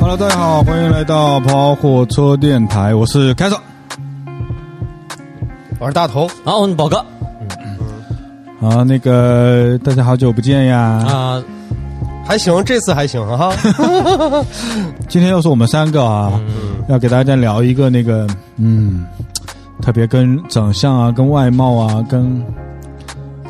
Hello，大家好，欢迎来到跑火车电台，我是凯少。我是大头，啊，我们宝哥啊，那个大家好久不见呀！啊，还行，这次还行啊 哈。今天又是我们三个啊，要给大家聊一个那个，嗯，特别跟长相啊、跟外貌啊、跟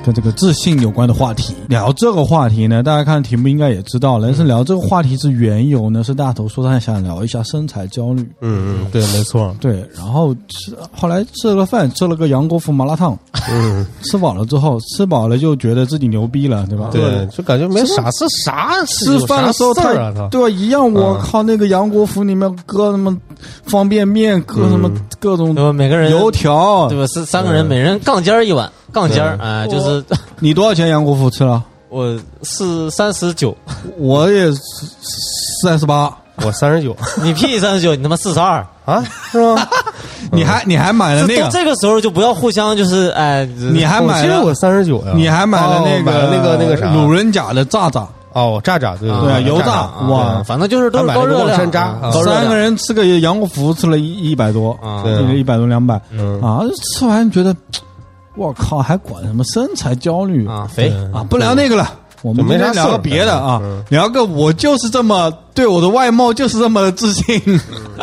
跟这个自信有关的话题。聊这个话题呢，大家看题目应该也知道了，但是聊这个话题之缘由呢，是大头说他想聊一下身材焦虑。嗯嗯，对，没错。对，然后吃，后来吃了个饭，吃了个杨国福麻辣烫，嗯， 吃饱了之后，吃饱了就觉得自己牛逼了，对吧？对，就感觉没啥是啥，吃饭的时候有啥他事儿啊，他对吧？一样，我嗯靠，那个杨国福里面搁什么方便面，搁什么嗯各种对吧？每个人油条对，吧？三三个人，每人杠尖儿一碗，杠尖儿啊，就是你多少钱杨国福吃了？我是三十九， 我也三十八，我三十九 你屁三十九，你他妈四十二，啊，是吗？嗯你还你还买了呃那这都个，这个时候就不要互相就是哎，你还我买记得了我，三十九呀。你还买了哦那买个了那个那个啥鲁人甲的炸炸，哦，炸炸对对啊对，油炸啊哇反正就是都是还买高了个热量，旺山楂嗯啊高热三个量人吃个杨国福吃了一一百多，啊对一百多两百嗯啊，吃完觉得，我靠，还管什么身材焦虑啊，肥啊，不聊那个了。我们嗯就今没天啥聊事儿个别的啊嗯，聊个我就是这么对我的外貌就是这么的自信，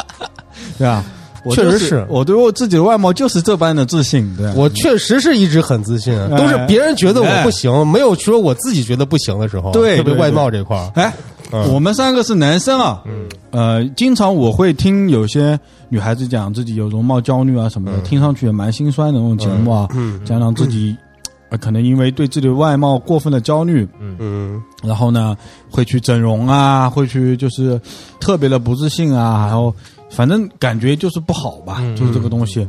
对吧？我就嗯确实是我对我自己的外貌就是这般的自信，对吧。我确实是一直很自信，啊哎都是别人觉得我不行，没有说我自己觉得不行的时候。对特别对外对貌这块儿，哎，嗯我们三个是男生啊，呃，经常我会听有些女孩子讲自己有容貌焦虑啊什么的，听上去也蛮心酸的那种节目啊，讲讲自己、呃可能因为对自己的外貌过分的焦虑，嗯，然后呢会去整容啊，会去就是特别的不自信啊，然后反正感觉就是不好吧，嗯就是这个东西。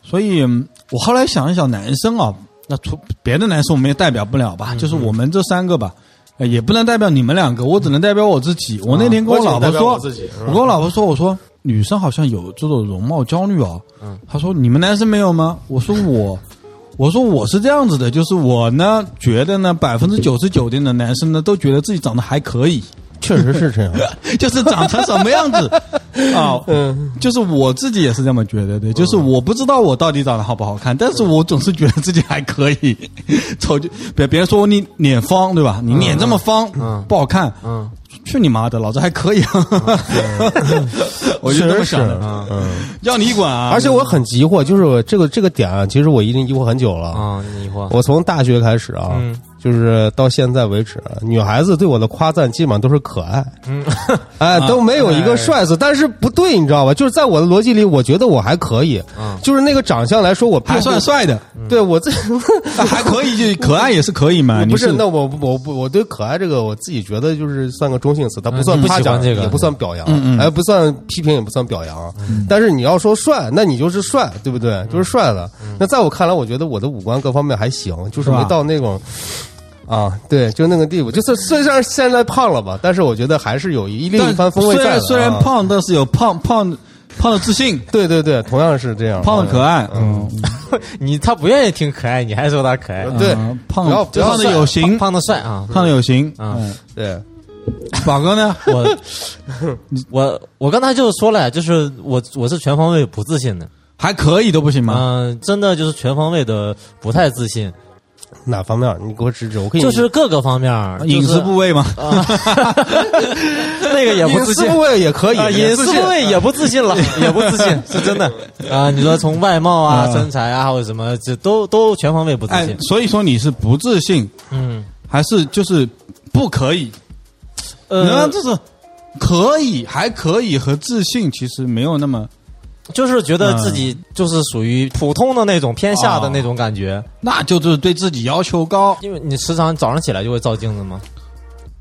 所以嗯我后来想一想，男生啊，那除别的男生我们也代表不了嗯吧，就是我们这三个吧。呃也不能代表你们两个，我只能代表我自己。我那天跟啊我我只能老婆代表说，我自己嗯是吧跟我老婆说，我说女生好像有这种容貌焦虑哦。嗯她说你们男生没有吗？我说我，我说我是这样子的，就是我呢觉得呢，百分之九十九点的男生呢都觉得自己长得还可以，确实是这样。 就是长成什么样子 啊？嗯，就是我自己也是这么觉得的，就是我不知道我到底长得好不好看，但是我总是觉得自己还可以。丑就别别人说你脸方对吧？你嗯脸这么方，不好看，嗯，去你妈的，老子还可以啊！嗯 我就这么想确的，实嗯，要你管啊！而且我很疑惑，就是我这个这个点啊，其实我已经疑惑很久了。啊，你以后我从大学开始啊，就是到现在为止，女孩子对我的夸赞基本上都是可爱， 哎，都没有一个帅字。但是不对，你知道吧？就是在我的逻辑里，我觉得我还可以，就是那个长相来说，我并还不算。帅的，对我自己啊还可以，就可爱也是可以啊嘛。你不是是，那我我不我对可爱这个，我自己觉得就是算个中性词，它不算嗯你不夸喜欢奖，这个嗯也不算表扬，哎，不算批评，也不算表扬。啊但是你要说帅，那你就是帅，对不对？就是帅了。嗯那在我看来，我觉得我的五官各方面还行，就是是吧没到那种啊，对，就那个地步。就是虽然现在胖了吧，但是我觉得还是有一另一番风味虽在然的。虽然啊，胖，但是有胖胖胖的自信，对对对，同样是这样，啊胖的可爱，嗯。 你他不愿意听可爱，你还说他可爱，对啊胖不要不要胖的帅有型，胖的帅啊，胖的有型。啊嗯，对，宝哥呢？ 我我我刚才就说了，就是我我是全方位不自信的，还可以都不行吗？嗯、真的就是全方位的不太自信，哪方面？你给我指指，我可以就是各个方面儿，饮食嗯部位位吗？ 那个也不隐自私信。部位也可以啊，，也隐自私信部位也不自信了，也不自信，是真的啊！你说从外貌啊、啊身材啊，还有什么，这都都全方位啊不自哎信，。所以说你是不自信，嗯，还是就是不可以？那呃，就是可以，还可以和自信其实没有那么，就是觉得自己就是属于普通的那种偏下的那种感觉，那就是对自己要求高。因为你时常早上起来就会照镜子嘛，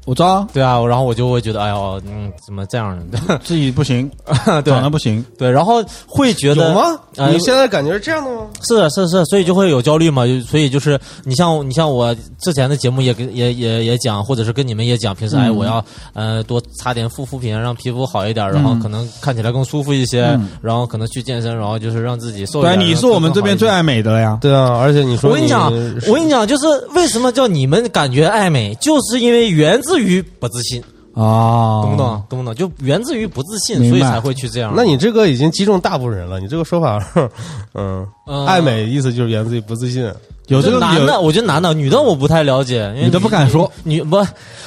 我知道啊对啊，然后我就会觉得，哎呦，嗯，怎么这样 呢？自己不行，啊对长得不行，对，然后会觉得有吗？呃你现在感觉是这样的吗？是是是，所以就会有焦虑嘛。就所以就是你像你像我之前的节目也跟也也也讲，或者是跟你们也讲，平时哎我要呃多擦点护肤品，让皮肤好一点，然后可能看起来更舒服一些，然后可能去健身，然后嗯就是让自己瘦一对，啊点。你然后是我们更这边好一最点。爱美的了呀。对啊，而且你说我跟你讲，啊我跟你讲，就是为什么叫你们感觉爱美，就是因为源自于不自信，啊，懂不懂？懂不懂？就源自于不自信，明白所以才会去这样。那你这个已经击中大部分人了，你这个说法， 嗯，嗯爱美意思就是源自于不自信。有这个就男的，有，我觉得男的，女的我不太了解，因为你都不敢说女不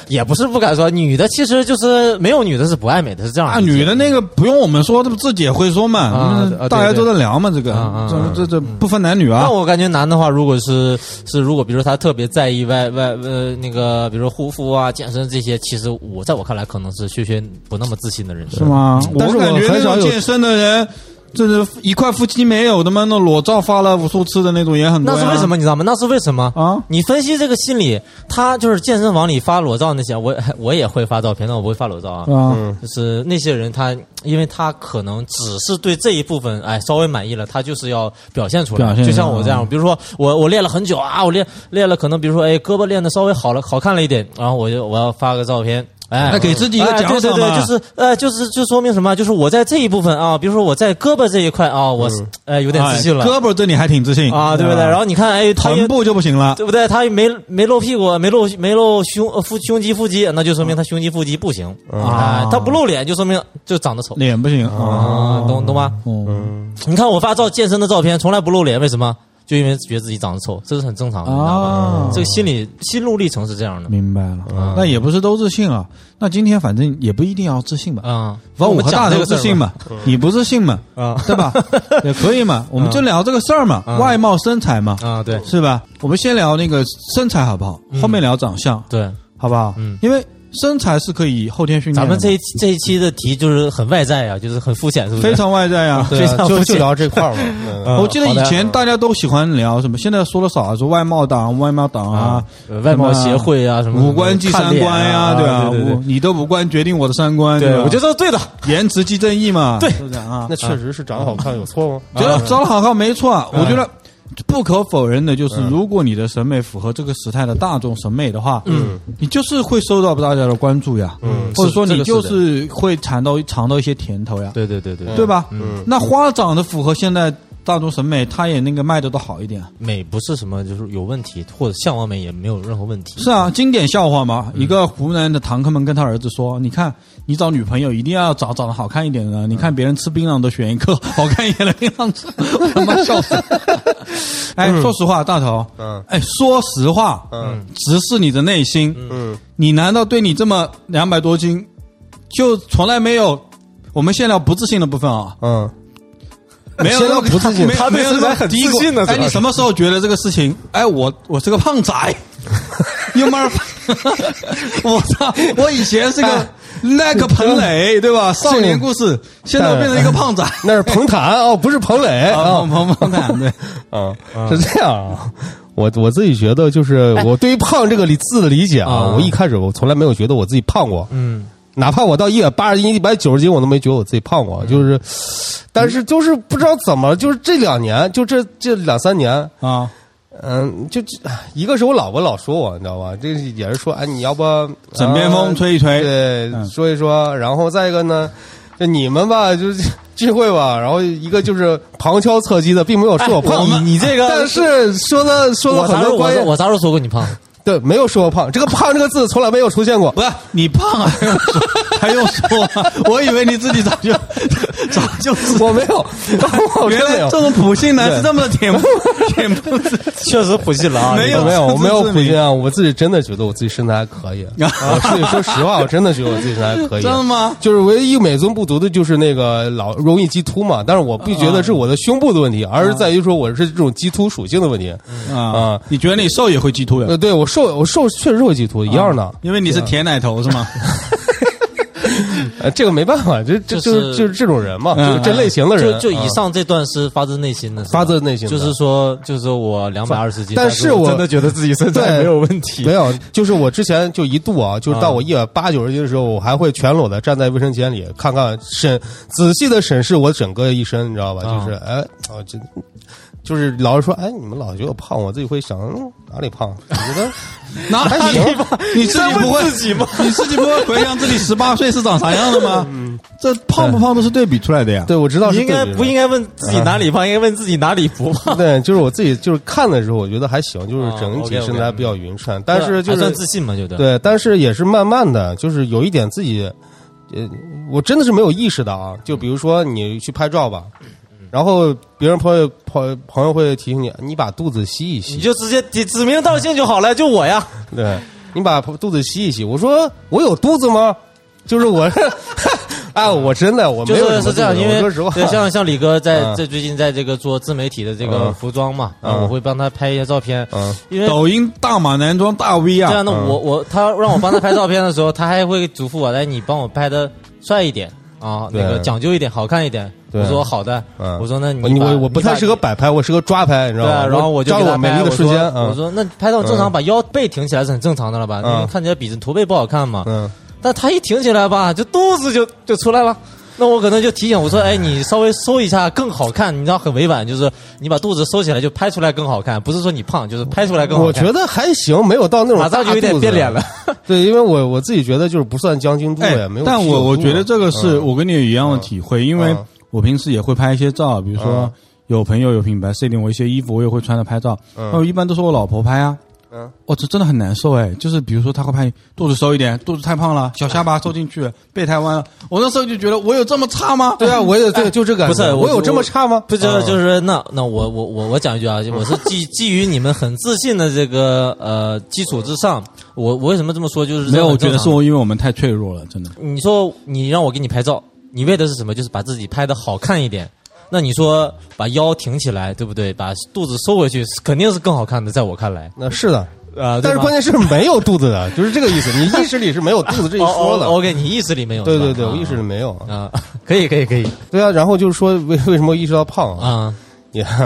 也不是不敢说，女的其实就是没有女的是不爱美的，是这样啊，女的那个不用我们说，这不自己也会说嘛啊，嗯啊对大家都在聊嘛，这个啊啊啊这这这不分男女啊那。我感觉男的话，如果是是如果比如说他特别在意外外呃那个，比如说护肤啊、健身这些，其实我在我看来可能是薛薛不那么自信的人，是？吗？但是我感觉很那少种有健身的人，这是一块腹肌没有的嘛，那裸照发了无数次的那种也很多那呀。是为什么？你知道吗？那是为什么？啊？你分析这个心理，他就是健身房里发裸照那些，我我也会发照片，但我不会发裸照啊。啊，嗯，就是那些人他，因为他可能只是对这一部分哎稍微满意了，他就是要表现出表来。现就像我啊这样，比如说我我练了很久啊，我练练了可能比如说哎胳膊练的稍微好了好看了一点，然后我就我要发个照片。哎，那给自己一个哎奖啊赏对对嘛对，就是呃，就是就说明什么？就是我在这一部分啊，比如说我在胳膊这一块啊，我是哎有点自信嗯了哎胳膊对你还挺自信啊，对不对？然后你看，哎，他臀又部就不行了。 对不对？他没没露屁股，没露没露胸呃腹胸肌腹肌，那就说明他胸肌腹肌不行啊哎他不露脸就说明就长得丑脸不嗯行啊，啊，懂懂吧？嗯你看我发照健身的照片，从来不露脸，为什么？就因为觉得自己长得丑，这是很正常的，你知道吧？啊，这个心理心路历程是这样的。明白嗯了。那也不是都自信啊，那今天反正也不一定要自信吧。啊，反正我们和大讲这头个事自儿信嘛，嘛，嗯你不自信嘛，啊对吧？也可以嘛，我们就嗯聊这个事儿嘛，外貌身材嘛，啊，对是吧？我们先聊那个身材好不好，嗯后面聊长相，对，好不好？嗯因为身材是可以后天训练的咱嘛，们这一这一期的题就是很外在啊，就是很肤浅，是不是？非常外在呀。 对对 非啊，常就肤就浅聊这块 儿嘛。嗯嗯我记得好以的前大家都喜欢聊什么，现在说的少，说外貌党、外貌党啊啊，，呃外貌协会啊，什么五官即三观呀，对对吧？啊对对五你的五官决定我的三观，对，吧我觉得这是对的。颜值即正义嘛，对是不是啊？那确实是长得好看，有错吗？啊觉得长得好看没错，啊嗯我觉得不可否认的就是，如果你的审美符合这个时代的大众审美的话，嗯，你就是会受到大家的关注呀，嗯或者说是这你个是就的是会尝到尝到一些甜头呀，对对对对对吧？嗯那花长得符合现在大众审美，它也那个卖的都好一点啊。美不是什么就是有问题，或者向往美也没有任何问题。是啊，经典笑话嘛。一个湖南的堂客们跟他儿子说：“你看，你找女朋友一定要找长得好看一点的。你看别人吃槟榔都选一颗 好看一点的槟榔吃，我他妈笑死了。”哎，说实话，大头，嗯哎，说实话，嗯直视你的内心，嗯，你难道对你这么两百多斤，就从来没有？我们先聊不自信的部分啊，嗯， 没有那么不自信没有他对没有那自己么很低自信呢谷哎，主你要是什么时候觉得这个事情？哎，我我是个胖仔，you m 我 操！我以前是哎个那个彭磊，对吧？少年故事，现在我变成一个胖 仔。那是彭坦哦，不是彭磊 啊，啊彭彭彭坦对，啊，是这样啊。我我自己觉得，就是我对于“胖”这个理字的理解啊，啊我一开始我从来没有觉得我自己胖过，嗯，哪怕我到一百八十斤、一百九十斤，我都没觉得我自己胖过。就是，但是就是不知道怎么，就是这两年，就这这两三年，啊，嗯，就这一个是我老婆老说我，你知道吧？这也是说，哎，你要不啊枕边风吹一吹，对，说一说，然后再一个呢，就你们吧，就是聚会吧，然后一个就是旁敲侧击的，并没有说我哎我胖，们你这个但是说的说的我很啥时多候关我于我啥时候说过你 胖？对，没有说我胖，这个胖这个字从来没有出现过 不。是你胖啊， 还用说还用说 吗？我以为你自己早就 早就知道。我没有，我原真来没有这，种普信男是这么 舔不舔不 自己确实普信了啊没有我没有，我没有自知苦之明心啊！我自己真的觉得我自己身材还可 以，我自己说实话，我真的觉得我自己身材还可以。真啊的吗？就是唯一美中不足的就是那个老容易激突嘛，但是我不觉得是嗯我的胸部的问题，而是在于说我是这种激突属性的问题。嗯啊！你觉得你瘦也会激突的呃，？对嗯我瘦，我瘦确实会激突，一样的。啊因为你是铁奶头是吗？呃，这个没办法，这这就是哎就是这种人嘛，嗯就是这类型的就人，就啊以上这段是发自内心的，是吧发自内心的就是说，就是说我两百二十斤，但是我真的觉得自己身材对没有问题没。有，就是我之前就一度啊，就是到嗯我一百八九十斤的时候，我还会全裸的站在卫生间里，看看审仔细的审视我整个一身，你知道吧？啊就是哎，啊，这就是老是说，哎，你们老觉得我胖，我自己会想嗯哪里胖？我觉得 哪还你行，你自己不会自己吗？你自己不会回想自己十八岁是长啥样的吗？嗯这胖不胖都是对比出来的呀。对我知道你是应该不应该。该问自己哪里胖，应该问自己哪里不 胖。对，就是我自己，就是看的时候，我觉得还行，就是啊整体 OK，OK 身材比较匀称，但是就啊是还算自信嘛，就对。对，但是也是慢慢的，就是有一点自己，呃，我真的是没有意识的啊。就比如说你去拍照吧，嗯然后别人朋友朋朋友会提醒你，你把肚子吸一你 吸，就直接指指名道姓就好了，就我呀，对你把肚子吸一吸。我说我有肚子吗？就是我， 哎，我真的我就没有什是么是这样，肚子因我为说实话，对像像李哥在嗯在最近在这个做自媒体的这个嗯服装嘛，啊，嗯我会帮他拍一些照片，嗯，因为抖音大码男装大 V 这啊样，的我我他让我帮他拍照片的时候，他还会嘱咐我，哎，你帮我拍的帅一点啊，那个对讲究一点，好看一点。对我说好的，嗯我说那我你你把我我不你把太适合摆拍，我适合抓拍，你知对道啊，吗？然后我就抓给住他我美拍丽的我瞬说间，我嗯说那拍到正常，嗯把腰背挺起来是很正常的了吧？嗯你看起来比驼背不好看嘛。嗯，但他一挺起来吧，就肚子就就出来了。那我可能就提醒我说，哎，你稍微收一下更好看，你知道很委婉，就是你把肚子收起来就拍出来更好看，不是说你胖，就是拍出来更好看。我觉得还行，没有到那种马上就有大点肚子变脸了。对，因为我我自己觉得就是不算将军肚哎也没有啤酒肚啊。但我我觉得这个是我跟你有一样的体会，因为嗯我平时也会拍一些照，比如说嗯有朋友有品牌设定我一些衣服，我也会穿着拍照。嗯那我一般都是我老婆拍啊。嗯，我这真的很难受哎，就是比如说她会拍你肚子收一点，肚子太胖了，小下巴收进去，背太弯了。我那时候就觉得我有这么差吗？对啊，我有这个就这个感哎不是觉我我有这么差吗？不知道，嗯就是那那我我我我讲一句啊，我是基基于你们很自信的这个呃基础之上，我我为什么这么说？就是没有，这我很觉正得常是我因为我们太脆弱了，真的。你说你让我给你拍照，你为的是什么？就是把自己拍的好看一点。那你说把腰挺起来，对不对？把肚子收回去，肯定是更好看的，在我看来那呃是的，啊、但是关键是没有肚子的，就是这个意思。你意识里是没有肚子这一键哦说 哦的。 ，OK，你意识里没有对是吧对对，啊我意识里没有。啊，可以可以可以对啊，然后就是说为 为什么意识到胖啊？啊，也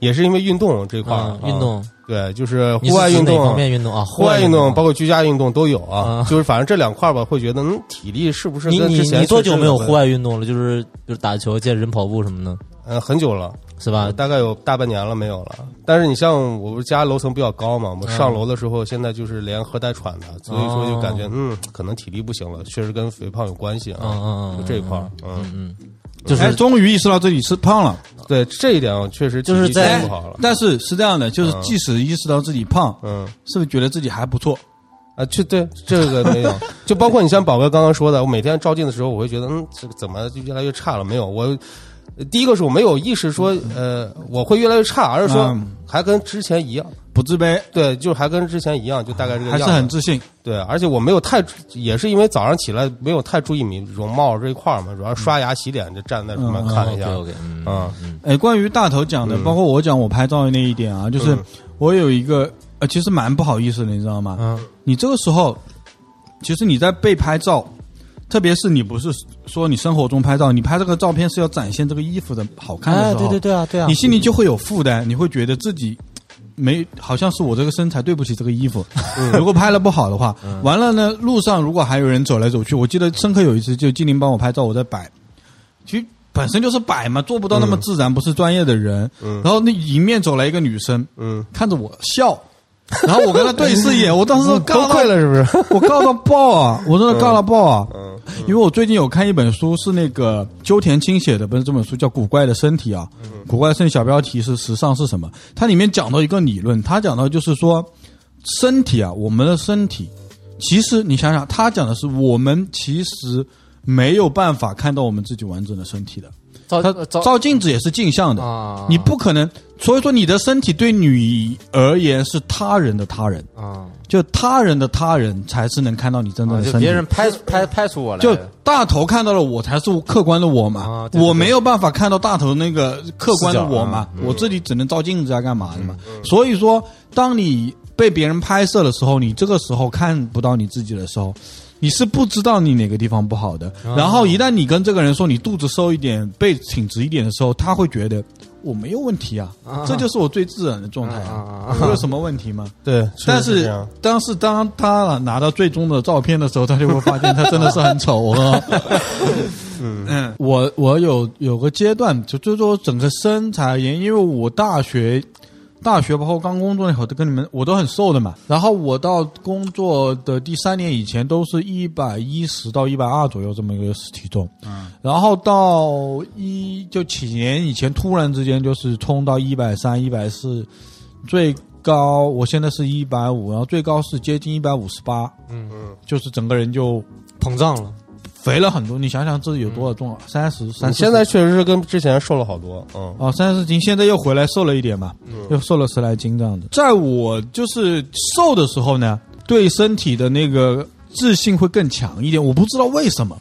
也是因为运动这块儿啊啊，运动，对，就是你户外是指运哪方动。面运动啊？户外运动包包括居家运动都有啊啊，就是反正这两块儿吧，会觉得嗯，体力是不是你跟你之前你多确实久没有问户外运动了？就是就是打球、健身、跑步什么的，呃，很久了，是哎吧？啊大概有大半年了没有了。但是你像我们家楼层比较高嘛，我上楼的时候现在就是连喝带喘的，所以说就感觉嗯，可能体力不行了，确实跟肥胖有关系嗯啊，嗯就嗯，这一块儿，嗯，嗯，嗯，就是、哎，终于意识到自己是胖了。对这一点我确实就是体力在不好了，但是是这样的，就是嗯即使意识到自己胖，嗯。是不是觉得自己还不错？啊，这对这个没有，就包括你像宝哥刚刚说的，我每天照镜的时候，我会觉得，嗯，这个怎么就越来越差了？没有，我呃第一个是我没有意识说，呃，我会越来越差，而是说嗯还跟之前一样，不自卑，对，就还跟之前一样，就大概这个还是样子。很自信。对，而且我没有太，也是因为早上起来没有太注意你容貌这一块儿嘛，主要是刷牙、洗脸，就站在什么看一下， OK，嗯嗯嗯哎，关于大头讲的，包括我讲我拍照的那一点啊，就是嗯我有一个呃，其实蛮不好意思的，你知道吗？嗯你这个时候，其实你在被拍照，特别是你不是说你生活中拍照，你拍这个照片是要展现这个衣服的好看的哎，时候，对对对啊，对啊你，心里就会有负担，你会觉得自己没好像是我这个身材对不起这个衣服。如果拍了不好的话，完了呢，路上如果还有人走来走去，我记得深刻有一次就精灵帮我拍照，我在摆，其实本身就是摆嘛，做不到那么自然，不是专业的人。然后那迎面走来一个女生，嗯，看着我笑。然后我跟她对视一眼，我当时都崩尬到溃了是不是？我尬到爆啊！我真的尬到爆啊！嗯因为我最近有看一本书，是那个鸠田清写的，不是这本书叫《古怪的身体》啊。嗯古怪的身体小标题是“时尚是什么”，它里面讲到一个理论，它讲到就是说，身体啊，我们的身体，其实你想想，它讲的是我们其实没有办法看到我们自己完整的身体的。照它照照镜子也是镜像的，嗯哦呃啊，你不可能。所以说，你的身体对你而言是他人的他人。啊，就他人的他人才是能看到你真哦正的就身体。别人拍拍拍出我来就了，大头看到了我才是客观的我嘛，啊对对对我没有办法看到大头那个客观的我嘛，我自己只能照镜子啊，干嘛的嘛。所以说，当你被别人拍摄的时候，你这个时候看不到你自己的时候，你是不知道你哪个地方不好的。然后一旦你跟这个人说你肚子瘦一点、背挺直一点的时候，他会觉得我没有问题啊，这就是我最自然的状态啊，我有什么问题吗？对，但是是，当时当他拿到最终的照片的时候，他就会发现他真的是很丑 啊。嗯，我我有有个阶段，就就说整个身材而言，因为我大学大学包括刚工作那会儿，都跟你们我都很瘦的嘛。然后我到工作的第三年以前，都是一百一十到一百二左右这么一个体重。嗯，然后到一就几年以前，突然之间就是冲到一百三、一百四，最高我现在是一百五，然后最高是接近一百五十八。嗯嗯，就是整个人就膨胀了，肥了很多。你想想自己有多少重啊？三十三你，嗯现在确实是跟之前瘦了好多，嗯，哦，三十斤，现在又回来瘦了一点嘛，又瘦了十来斤这样子。在我就是瘦的时候呢，对身体的那个自信会更强一点。我不知道为什么，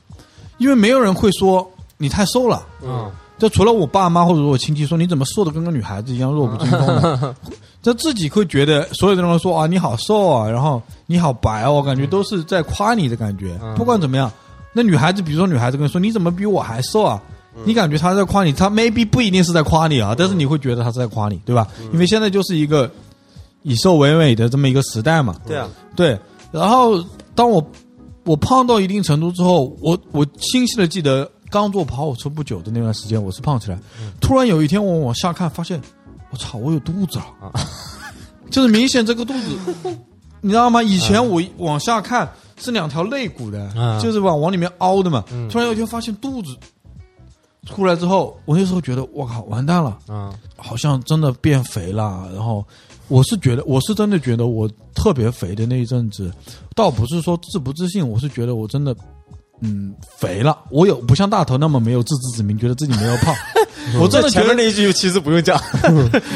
因为没有人会说你太瘦了。嗯就除了我爸妈或者我亲戚说你怎么瘦的跟个女孩子一样弱不禁风的，这自己会觉得所有的人都说啊你好瘦啊，然后你好白哦，感觉都是在夸你的感觉。不管怎么样，那女孩子比如说女孩子跟你说你怎么比我还瘦啊，你感觉她在夸你，她 maybe 不一定是在夸你啊，但是你会觉得她是在夸你，对吧？因为现在就是一个以瘦为美的这么一个时代嘛。嗯对啊，对，然后当我我胖到一定程度之后，我我清晰的记得刚做跑火车不久的那段时间，我是胖起来。突然有一天我往下看，发现我操，我有肚子了， 就是明显这个肚子，你知道吗？以前我往下看是两条肋骨的，嗯就是往往里面凹的嘛。突然有一天发现肚子出来之后，我那时候觉得我靠，完蛋了。嗯好像真的变肥了。然后我是觉得，我是真的觉得我特别肥的那一阵子，倒不是说自不自信，我是觉得我真的。嗯，肥了，我有不像大头那么没有自知之明，觉得自己没有胖。我真的嗯觉前得面，那一句其实不用讲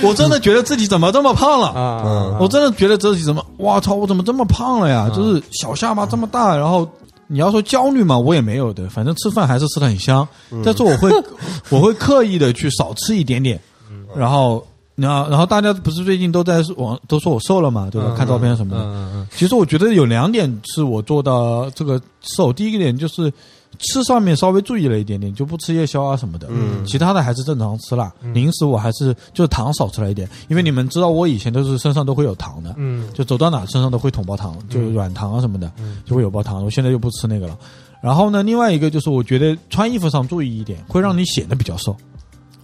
我真的觉得自己怎么这么胖了？嗯嗯啊我真的觉得自己怎么，哇操，我怎么这么胖了啊呀？就是小下巴这么大，然后你要说焦虑嘛，我也没有的，反正吃饭还是吃的很香，嗯但是我 会我会刻意的去少吃一点点，嗯然后。然后，然后大家不是最近都在网都说我瘦了嘛，对吧？看照片什么的。嗯其实我觉得有两点是我做到这个瘦，第一个点就是吃上面稍微注意了一点点，就不吃夜宵啊什么的。嗯，其他的还是正常吃啦，嗯零食我还是就是糖少吃了一点，因为你们知道我以前都是身上都会有糖的，嗯就走到哪身上都会捅包糖，就软糖啊什么的，就会有包糖。我现在就不吃那个了。然后呢，另外一个就是我觉得穿衣服上注意一点，会让你显得比较瘦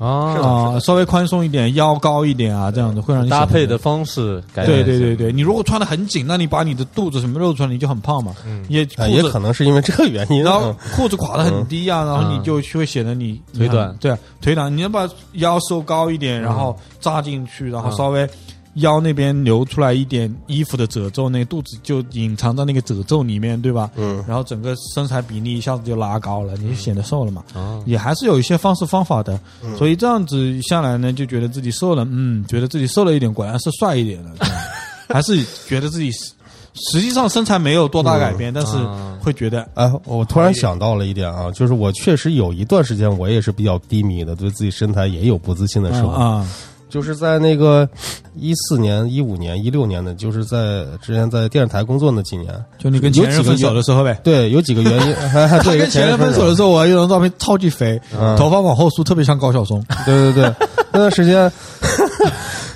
嗯啊，啊、稍微宽松一点，腰高一点啊，这样子会让你显得搭配的方式改变对一下对对对，你如果穿的很紧，那你把你的肚子什么露出来，你就很胖嘛。嗯也啊裤也子，可能是因为这个原因然后啊，裤子垮的很低啊，然后嗯你就会显得你腿你短，嗯很对啊腿短，你要把腰收高一点，然后扎进去，然后稍微腰那边留出来一点衣服的褶皱，那个肚子就隐藏在那个褶皱里面，对吧？嗯，然后整个身材比例一下子就拉高嗯了，你就显得瘦了嘛。啊，也还是有一些方式方法的，嗯所以这样子下来呢，就觉得自己瘦了，嗯，觉得自己瘦了一点，果然是帅一点了， 这样还是觉得自己实际上身材没有多大改变，但是啊会觉得哎，我突然想到了一点啊，就是我确实有一段时间我也是比较低迷的，对自己身材也有不自信的时候，啊就是在那个一四年、一五年、一六年的，就是在之前在电视台工作那几年，就你跟前任分手的时候呗。对，有几个原因， 他对，跟前任分手的时候，我还有张照片超级肥，嗯头发往后梳，特别像高晓松。对对对，那段时间，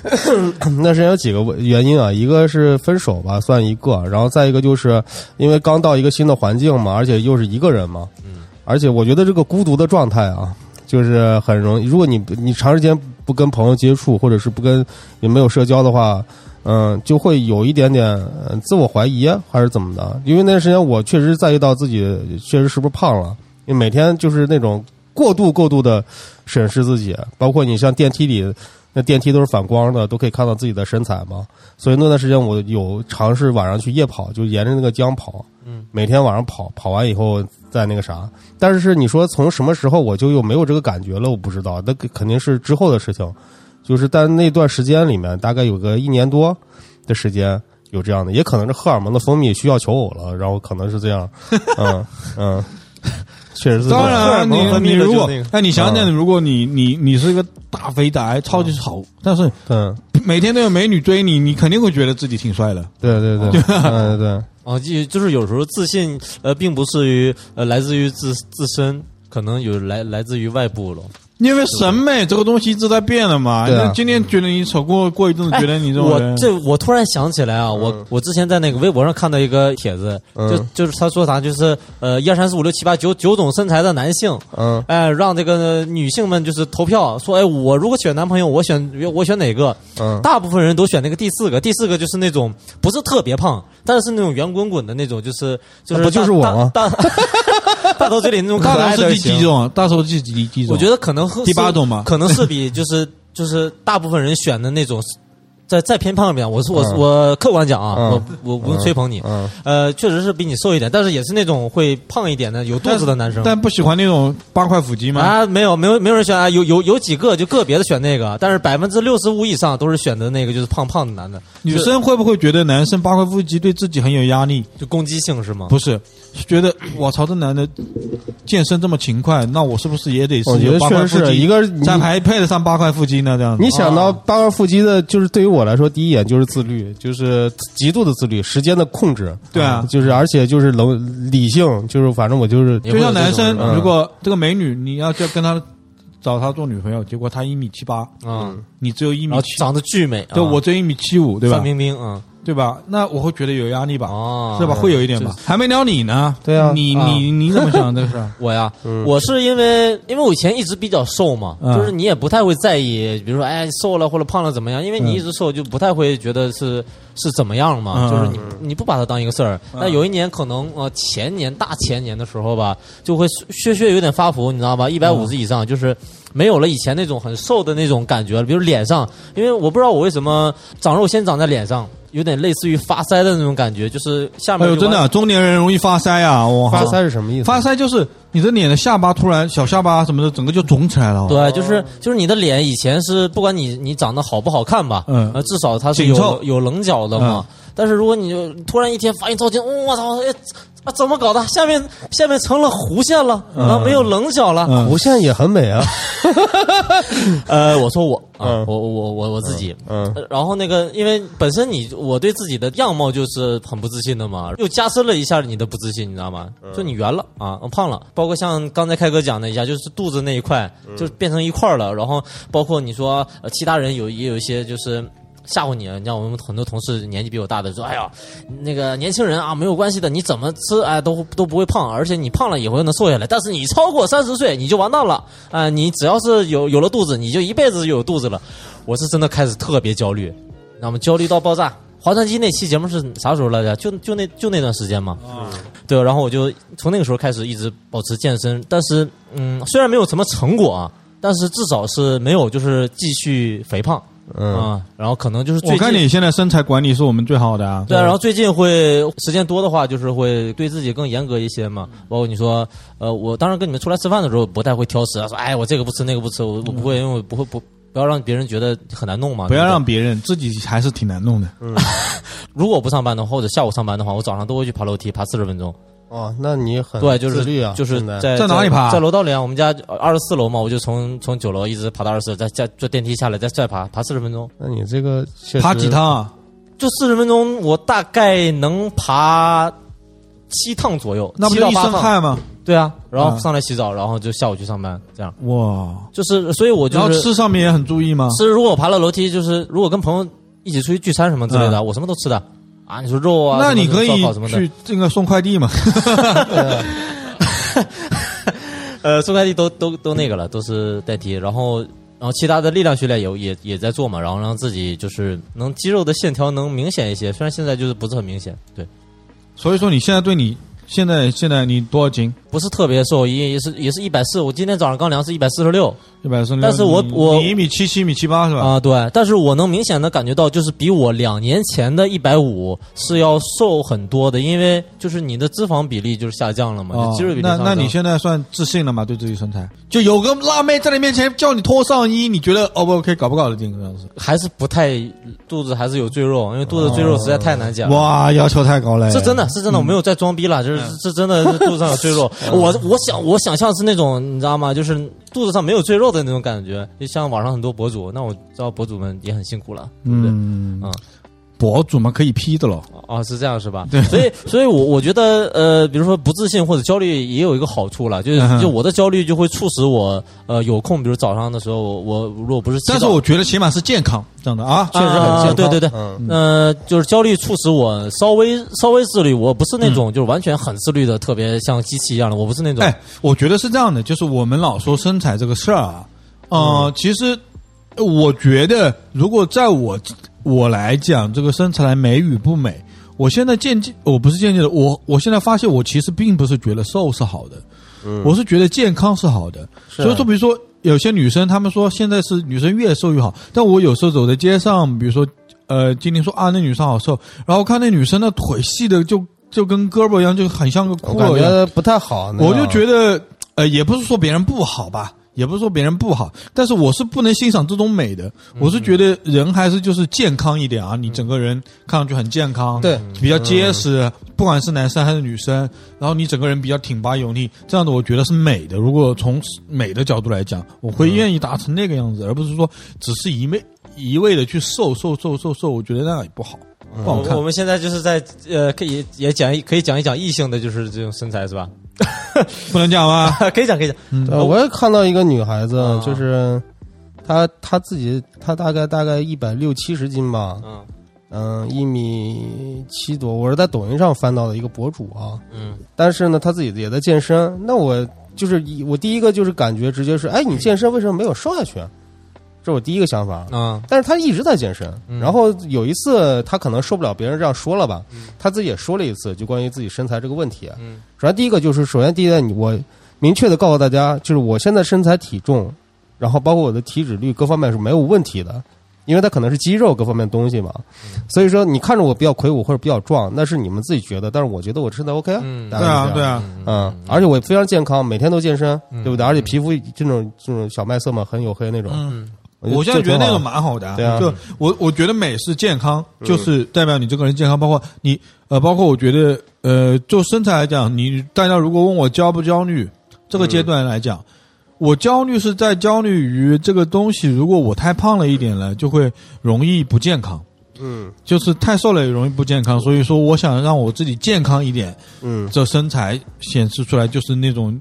那段时间有几个原因啊，一个是分手吧，算一个，然后再一个就是因为刚到一个新的环境嘛，而且又是一个人嘛，而且我觉得这个孤独的状态啊，就是很容易，如果你你长时间不跟朋友接触，或者是不跟也没有社交的话。嗯，就会有一点点呃自我怀疑啊还是怎么的？因为那段时间我确实在意到自己确实是不是胖了，因为每天就是那种过度过度的审视自己，包括你像电梯里，那电梯都是反光的，都可以看到自己的身材嘛。所以那段时间我有尝试晚上去夜跑，就沿着那个江跑，嗯，每天晚上跑，跑完以后再那个啥。但是你说从什么时候我就又没有这个感觉了，我不知道，那肯定是之后的事情。就是但那段时间里面，大概有个一年多的时间。有这样的，也可能是荷尔蒙的分泌需要求偶了，然后可能是这 样，嗯嗯，确实是这样。当然啊，荷尔蒙分你泌你的如就果那个嗯哎，你想想，如果你你你是一个大肥宅，超级丑，但是嗯，每天都有美女追你，你肯定会觉得自己挺帅的。对对对，嗯对对，啊，就就是有时候自信呃，并不是于呃来自于自自身，可能有来来自于外部了。因为审美这个东西一直在变的嘛。对啊你今天觉得你丑，过过一阵子觉得你这种哎我人，这我突然想起来啊，我我之前在那个微博上看到一个帖子，就嗯就是他说啥，就是呃一二三四五六七八九九种身材的男性，嗯哎，让这个女性们就是投票，说哎，我如果选男朋友，我选我选哪个？嗯大部分人都选那个第四个，第四个就是那种不是特别胖，但是那种圆滚滚的那种，就是就是那不就是我吗大大大 头嘴里那种可大爱头的是第型几种？啊大头是第几种？我觉得可能和第八是种吧可能 是比就是就是大部分人选的那种，再再偏胖一点。我是我、嗯我客观讲啊，嗯我我不用吹捧你，嗯，呃，确实是比你瘦一点，但是也是那种会胖一点的有肚子的男生。但不喜欢那种八块腹肌吗？啊，没有，没有，没有人选啊，有有有几个就个别的选那个，但是百分之六十五以上都是选择那个就是胖胖的男的，女生会不会觉得男生八块腹肌对自己很有压力？就攻击性是吗？不是，是觉得我操，这男的健身这么勤快，那我是不是也得我是觉有得八哦确块腹实是啊肌？一个你咱还配得上八块腹肌呢？这样子，你想到八块腹肌的，就是对于我来说，第一眼就是自律，就是极度的自律，时间的控制。对啊就是而且就是能理性，就是反正我就是就也会有像这男种生人，啊嗯如果这个美女你要就跟她找她做女朋友，结果她一米七八，嗯，你只有一然米后七，长得巨美，对啊我只有一米七五，对吧范？冰冰，嗯，对吧？那我会觉得有压力吧，哦，是吧？会有一点吧是。还没聊你呢，对啊你啊你你怎么想这个事儿？我呀，我是因为因为我以前一直比较瘦嘛，嗯就是你也不太会在意，比如说哎瘦了或者胖了怎么样，因为你一直瘦就不太会觉得是是怎么样嗯嘛，就是你你不把它当一个事儿。那有一年可能呃前年大前年的时候吧，就会削削有点发福，你知嗯道吧？一百五十以上就是。没有了以前那种很瘦的那种感觉了，比如脸上，因为我不知道我为什么长肉先长在脸上，有点类似于发腮的那种感觉，就是下哎面呦，就真的，完中年人容易发腮啊！我发靠腮是什么意思？发腮就是你的脸的下巴突然小下巴什么的，整个就肿起来了。，对，啊就是就是你的脸以前是不管你你长得好不好看吧，嗯呃，至少它是紧凑嗯有有棱角的嘛。但是如果你就突然一天发现照镜，嗯我、操，哎啊怎么搞的？下面下面成了弧线了，然后没有棱角了。嗯弧线也很美啊。 呃，我说我啊，嗯我我我我自己。嗯呃然后那个，因为本身你我对自己的样貌就是很不自信的嘛，又加深了一下你的不自信，你知道吗？就你圆了啊，嗯胖了，包括像刚才开哥讲的一下，就是肚子那一块嗯就变成一块儿了，然后包括你说、呃、其他人有也有一些就是。吓唬你，你像我们很多同事年纪比我大的说：“哎呀，那个年轻人啊，没有关系的，你怎么吃哎都都不会胖，而且你胖了以后能瘦下来。但是你超过三十岁你就完蛋了啊、你只要是有有了肚子，你就一辈子有肚子了。”我是真的开始特别焦虑，那么焦虑到爆炸。划船机那期节目是啥时候来着？就就那就那段时间嘛。啊对，然后我就从那个时候开始一直保持健身，但是嗯，虽然没有什么成果啊，但是至少是没有就是继续肥胖嗯，啊、然后可能就是最我近看你现在身材管理是我们最好的啊。对啊，然后最近会时间多的话，就是会对自己更严格一些嘛。包括你说，呃，我当时跟你们出来吃饭的时候，不太会挑食啊，说哎，我这个不吃那个不吃，我我不会，因为我不会不不要让别人觉得很难弄嘛。不要对对让别人，自己还是挺难弄的。如果不上班的话，或者下午上班的话，我早上都会去爬楼梯，爬四十分钟。哦，那你很对，就是自律啊，就是现在在在哪里爬在楼道里啊，我们家二十四楼嘛，我就从从九楼一直爬到二十，再再坐电梯下来，再再爬，爬四十分钟。那你这个确实爬几？趟啊？就四十分钟，我大概能爬七趟左右，那不七就到一八身趟。汗吗？对啊，然后嗯上来洗澡，然后就下午去上班，这样哇！就是，所以我然就后是啊吃上面也很注意吗？吃，如果我爬了楼梯，就是如果跟朋友一起出去聚餐什么之类的，我什么都吃的啊，你说肉啊，那你什么可以烧烤什么的，去这个送快递嘛？呃，送快递都都都那个了，都是代替。然后，然后其他的力量训练有也也在做嘛，然后让自己就是能肌肉的线条能明显一些，虽然现在就是不是很明显，对，所以说你现在对你现在现在你多少斤？不是特别瘦，也也是也是一百四，我今天早上刚量是一百四十六一百三但是我我你一米七七、一米七八是吧？啊，对，但是我能明显的感觉到，就是比我两年前的一百五是要瘦很多的，因为就是你的脂肪比例就是下降了嘛，哦你肌肉比例那上那升你现在算自信了吗？对自己身材，就有个辣妹在你面前叫你脱上衣，你觉得 O 不 OK？搞不搞得定这样子？还是不太肚子还是有赘肉，因为哦肚子赘肉实在太难减了。哇，要求太高了！是真的，是真嗯的，我没有在装逼了，就是是真的是肚子上有赘 肉。我我想我想象是那种你知道吗？就是肚子上没有赘肉的那种感觉，就像网上很多博主，那我知道博主们也很辛苦了，对不对？嗯嗯，博主嘛，可以 P 的了。哦，是这样是吧？对，所以，所以我我觉得，呃，比如说不自信或者焦虑也有一个好处了，就是、嗯就我的焦虑就会促使我，呃，有空，比如早上的时候，我我如果不是起但是早我觉得起码是健康这样的啊，确实很健啊康。对对对嗯呃，就是焦虑促使我稍微稍微自律，我不是那种就是完全很自律的，特别像机器一样的，我不是那种。嗯哎，我觉得是这样的，就是我们老说身材这个事儿啊，嗯呃，其实我觉得，如果在我我来讲，这个身材美与不美，我现在渐渐，我不是渐渐的，我我现在发现，我其实并不是觉得瘦是好的，嗯我是觉得健康是好的。啊所以说，比如说有些女生，她们说现在是女生越瘦越好，但我有时候走在街上，比如说呃，今天说啊那女生好瘦，然后看那女生的腿细的就就跟胳膊一样，就很像个我骷感髅一样。觉不太好。啊那样啊啊我就觉得，呃，也不是说别人不好吧，也不是说别人不好，但是我是不能欣赏这种美的。嗯我是觉得人还是就是健康一点啊，你整个人看上去很健康，对，比较结实，不管是男生还是女生，然后你整个人比较挺拔有力，这样的我觉得是美的。如果从美的角度来讲，我会愿意达成那个样嗯子，而不是说只是一味一味的去瘦瘦瘦瘦瘦，我觉得那样也不好，不好嗯我看我。们现在就是在呃，可以也讲一可以讲一讲异性的，就是这种身材 是吧？不能讲吗？可以讲，可以讲。对呃我也看到一个女孩子啊，就是她她自己，她大概大概一百六七十斤吧，嗯嗯，一米七多。我是在抖音上翻到的一个博主啊，嗯但是呢，她自己也在健身。那我就是一我第一个就是感觉直接是，哎，你健身为什么没有瘦下去？啊这是我第一个想法。啊但是她一直在健身，嗯然后有一次她可能受不了别人这样说了吧，她自己也说了一次，就关于自己身材这个问题。啊嗯首先第一个就是，首先第一个你我明确的告诉大家，就是我现在身材体重，然后包括我的体脂率各方面是没有问题的，因为它可能是肌肉各方面东西嘛。所以说你看着我比较魁梧或者比较壮，那是你们自己觉得，但是我觉得我身材 OK 啊，嗯大对概啊是，这对样。啊，嗯，而且我非常健康，每天都健身，嗯对不对？而且皮肤这种这种小麦色嘛，很黝黑那种。嗯。觉我现在觉得那个就挺好蛮好的、对啊嗯就我我觉得美是健康，就是代表你这个人健康，包括你呃，包括我觉得呃，就身材来讲，你大家如果问我焦不焦虑，这个阶嗯段来讲，我焦虑是在焦虑于这个东西，如果我太胖了一点了，就会容易不健康，嗯就是太瘦了也容易不健康，所以说我想让我自己健康一点，嗯这身材显示出来就是那种，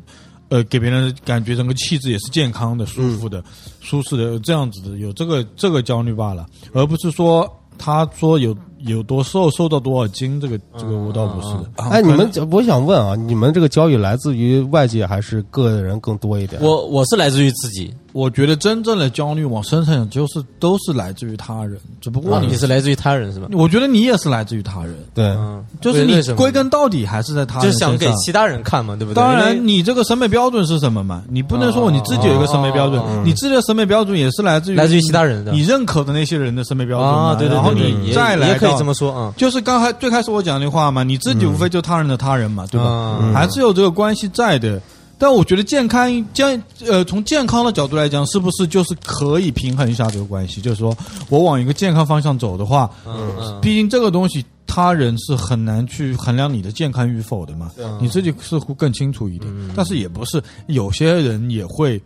呃，给别人的感觉，整个气质也是健康的、舒服的、嗯舒适的这样子的，有这个这个焦虑罢了，而不是说他说有有多瘦，瘦到多少斤，这个这个我倒不是的。啊啊哎，你们我想问啊，你们这个交易来自于外界还是个人更多一点？我我是来自于自己，我觉得真正的焦虑往身上讲，就是都是来自于他人，只不过啊你你，是来自于他人是吧？我觉得你也是来自于他人，对，嗯，就是为你为什么归根到底还是在他就人是想身给上。其他人看嘛，对不对？当因然，为你这个审美标准是什么嘛？你不能说你自己有一个审美标准哦，你自己的审美标准也是来自于来自于其他人的你认可的那些人的审美标准嘛啊，对对然后对对，你也再来也可以到这么说嗯啊。就是刚才最开始我讲那话嘛，你自己无非就他人的他人嘛，对吧？嗯还是有这个关系在的。但我觉得健康健呃，从健康的角度来讲，是不是就是可以平衡一下这个关系？就是说我往一个健康方向走的话，嗯嗯毕竟这个东西他人是很难去衡量你的健康与否的嘛，啊你自己似乎更清楚一点。嗯但是也不是有些人也会，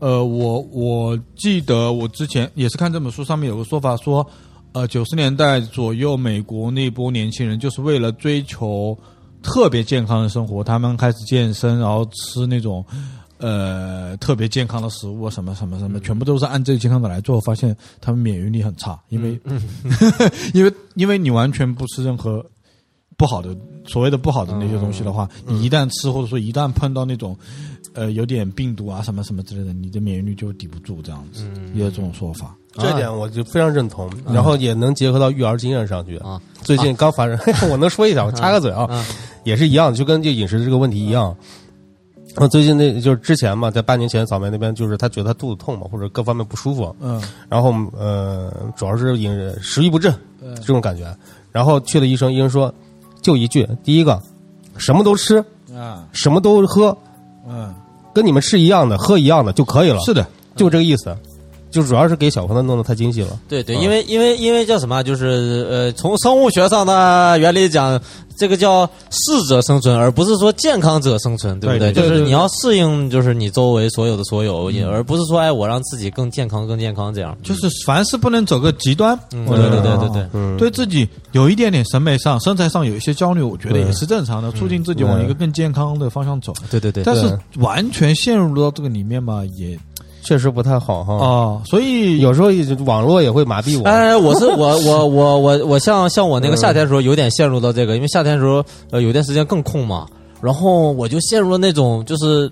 呃，我我记得我之前也是看这本书上面有个说法说，呃，九十年代左右美国那波年轻人就是为了追求特别健康的生活，他们开始健身，然后吃那种。呃，特别健康的食物啊，什么什么什么，全部都是按这个健康的来做，发现他们免疫力很差，因为 因为因为你完全不吃任何不好的所谓的不好的那些东西的话，你一旦吃或者说一旦碰到那种呃有点病毒啊什么什么之类的，你的免疫力就抵不住这样子，也有这种说法。这啊点我就非常认同，然后也能结合到育儿经验上去。嗯啊最近刚发生， 我能说一下，我插个嘴啊，啊也是一样，就跟这饮食这个问题一样。那最近那就是之前嘛，在八年前扫妹那边，就是她觉得她肚子痛嘛，或者各方面不舒服，嗯然后呃，主要是饮食欲不振嗯这种感觉，然后去了医生，医生说就一句，第一个什么都吃，嗯啊什么都喝，嗯，跟你们吃一样的，喝一样的就可以了，是的，就这个意思。就主要是给小朋友弄得太精细了。对啊对，因为因为因为叫什么啊，就是呃，从生物学上的原理讲，这个叫适者生存，而不是说健康者生存，对不对对对就是对你要适应，就是你周围所有的所有，嗯也而不是说哎，我让自己更健康、更健康这样。就是凡事不能走个极端，我觉对得对对啊对对，嗯，对自己有一点点审美上、身材上有一些焦虑，我觉得也是正常的，促进自己往一个更健康的方向走。对对对但是完全陷入到这个里面嘛，也确实不太好哈。啊，所以有时候也网络也会麻痹我。哎，我是我我我我我像像我那嗯个夏天的时候有点陷入到这个，因为夏天的时候呃有段时间更空嘛，然后我就陷入了那种就是。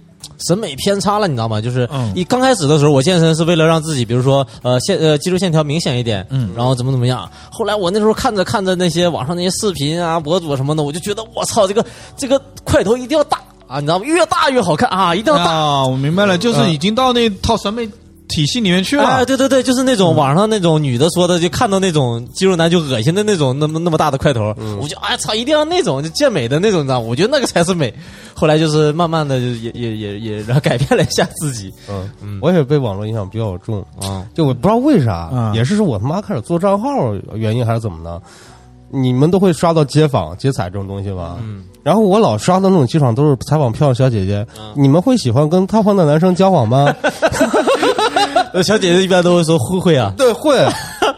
审美偏差了，你知道吗？就是嗯一刚开始的时候，我健身是为了让自己，比如说呃线呃肌肉线条明显一点，嗯然后怎么怎么样。后来我那时候看着看着那些网上那些视频啊、博主什么的，我就觉得我操，这个这个块头一定要大啊，你知道吗？越大越好看啊，一定要大。啊，我明白了，就是已经到那套审美体系里面去哎，了。对对对，就是那种网上那种女的说的，就看到那种肌肉男就恶心的那种，那么那么大的块头，嗯我就哎操，一定要那种就健美的那种，你知道吗？我觉得那个才是美。 后来就是慢慢的就也也也也然后改变了一下 自己嗯，我也被网络影响比较重，啊，就我不知道为啥，嗯也是是我他妈开始做账号原因还是怎么的？你们都会刷到街访、街采这种东西吧？嗯。然后我老刷到那种街访都是采访漂亮小姐姐，你们会喜欢跟胖胖的男生交往吗？呃小姐姐一般都会说会会 啊对，会，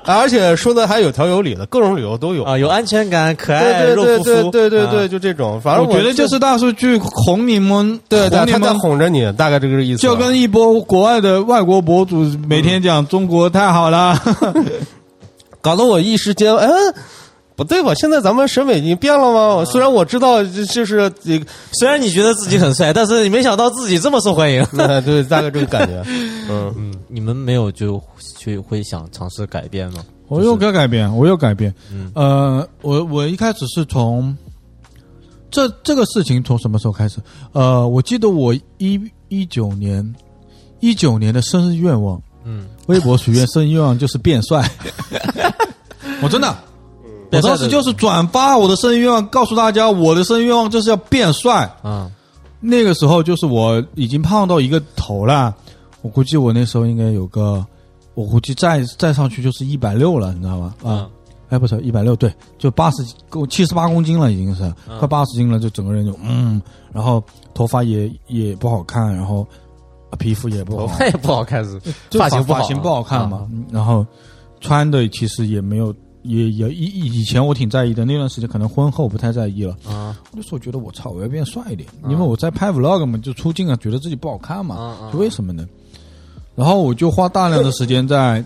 而且说的还有条有理的，各种理由都有。啊，有安全感，可爱，对肉对肤对肤，对对对对，啊就这种，反正我觉得就是大数据哄你们，对，哄对他你在们。哄着你，大概这个意思。就跟一波国外的外国博主每天讲中国太好了，搞得我一时间，哎，不对吧？现在咱们审美已经变了吗？虽然我知道，就就是这个，虽然你觉得自己很帅，但是你没想到自己这么受欢迎。那对，大概这个 感觉。嗯，嗯，你们没有就去会想尝试改变吗？我有个改变，我有改变。嗯呃，我我一开始是从这这个事情从什么时候开始？呃，我记得我一一九年一九年的生日愿望，嗯，微博许愿生日愿望就是变帅。 我真的，我当时就是转发我的生日愿望，告诉大家我的生日愿望就是要变帅。啊，那个时候就是我已经胖到一个头了，我估计我那时候应该有个，我估计再再上去就是一百六了，你知道吗？啊、嗯哎，不是一百六，对，就八十公七十八公斤了，已经是、快八十斤了，就整个人就嗯，然后头发也也不好看，然后呃皮肤也不哦 好头，发也不好看是就发型不好啊发型不好看嘛，嗯然后穿的其实也没有。也也以以前我挺在意的，那段时间可能婚后不太在意了。啊。那时候觉得我操，我要变帅一点，因为我在拍 vlog 嘛，就出镜啊，觉得自己不好看嘛嗯，嗯就为什么呢？然后我就花大量的时间在，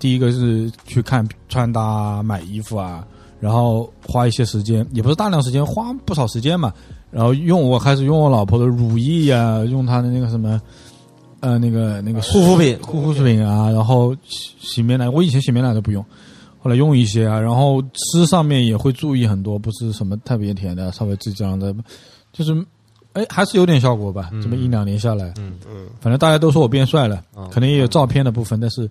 第一个是去看穿搭、啊、买衣服啊，然后花一些时间，也不是大量时间，花不少时间嘛。然后用我开始用我老婆的乳液啊，用她的那个什么，呃，那个那个护肤品护护肤品啊，然后洗洗面奶，我以前洗面奶都不用，后来用一些啊，然后吃上面也会注意很多，不是什么特别甜的，稍微自己这样的，就是，哎，还是有点效果吧。这么一两年下来，嗯嗯，反正大家都说我变帅了哦，可能也有照片的部分，但是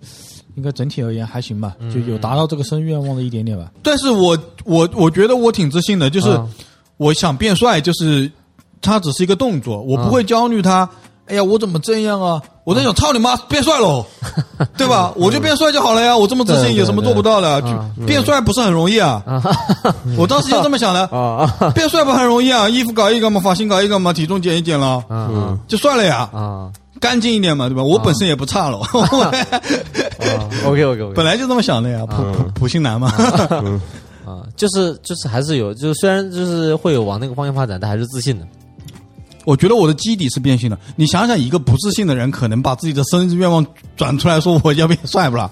应该整体而言还行吧，就有达到这个生日愿望的一点点吧。嗯但是我我我觉得我挺自信的，就是啊我想变帅，就是它只是一个动作，我不会焦虑嗯它。哎呀，我怎么这样啊？我在想，操你妈，变帅 喽，对吧？我就变帅就好了呀，我这么自对信对嗯有什么做不到的？就变帅不是很容易啊？我当时就这么想 的，哦啊 变帅不很容易啊？衣服搞一搞嘛，发型搞一搞嘛，体重减一减了，嗯啊就帅了呀。啊干净一点嘛，对吧？我本身也不差 了， ！OK OK OK，本来就这么想的呀，普嗯普普信男嘛。 啊，就是就是还是有，就是虽然就是会有往那个方向发展，但还是 自信的。我觉得我的基底是变性的。你想想，一个不自信的人，可能把自己的生日愿望转出来说我要变帅不啦？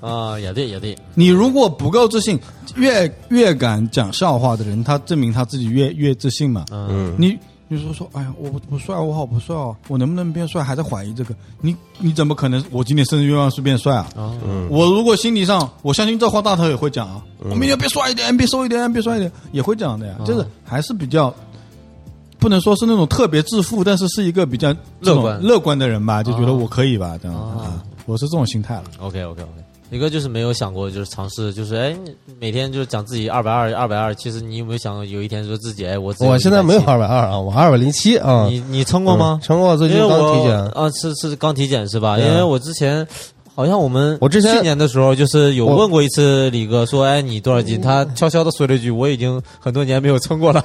啊，也对也对，你如果不够自信，越越敢讲笑话的人，他证明他自己越越自信嘛。嗯你你说说，哎呀，我不不帅，我好不帅哦，我能不能变帅，还在怀疑这个。你你怎么可能？我今年生日愿望是变帅啊？啊我如果心理上，我相信这话大头也会讲啊，嗯我明天变帅一点，变瘦一点，变帅一点，也会讲的呀。就是还是比较，不能说是那种特别自负，但是是一个比较这种乐观啊啊乐观的人吧，就觉得我可以吧，这样啊，我是这种心态了。 ，OK OK OK，一个就是没有想过，就是尝试，就是哎，每天就是讲自己二百二、二百二。其实你有没有想过，有一天说自己哎，我我现在没有二百二啊，我二百零七啊。你你称过吗？称过，最近因为刚我体检。啊，是是刚体检是吧？对啊因为我之前好像我们我之前去年的时候就是有我问过一次李哥说，哎，你多少斤？他悄悄的说了一句，我已经很多年没有称过了，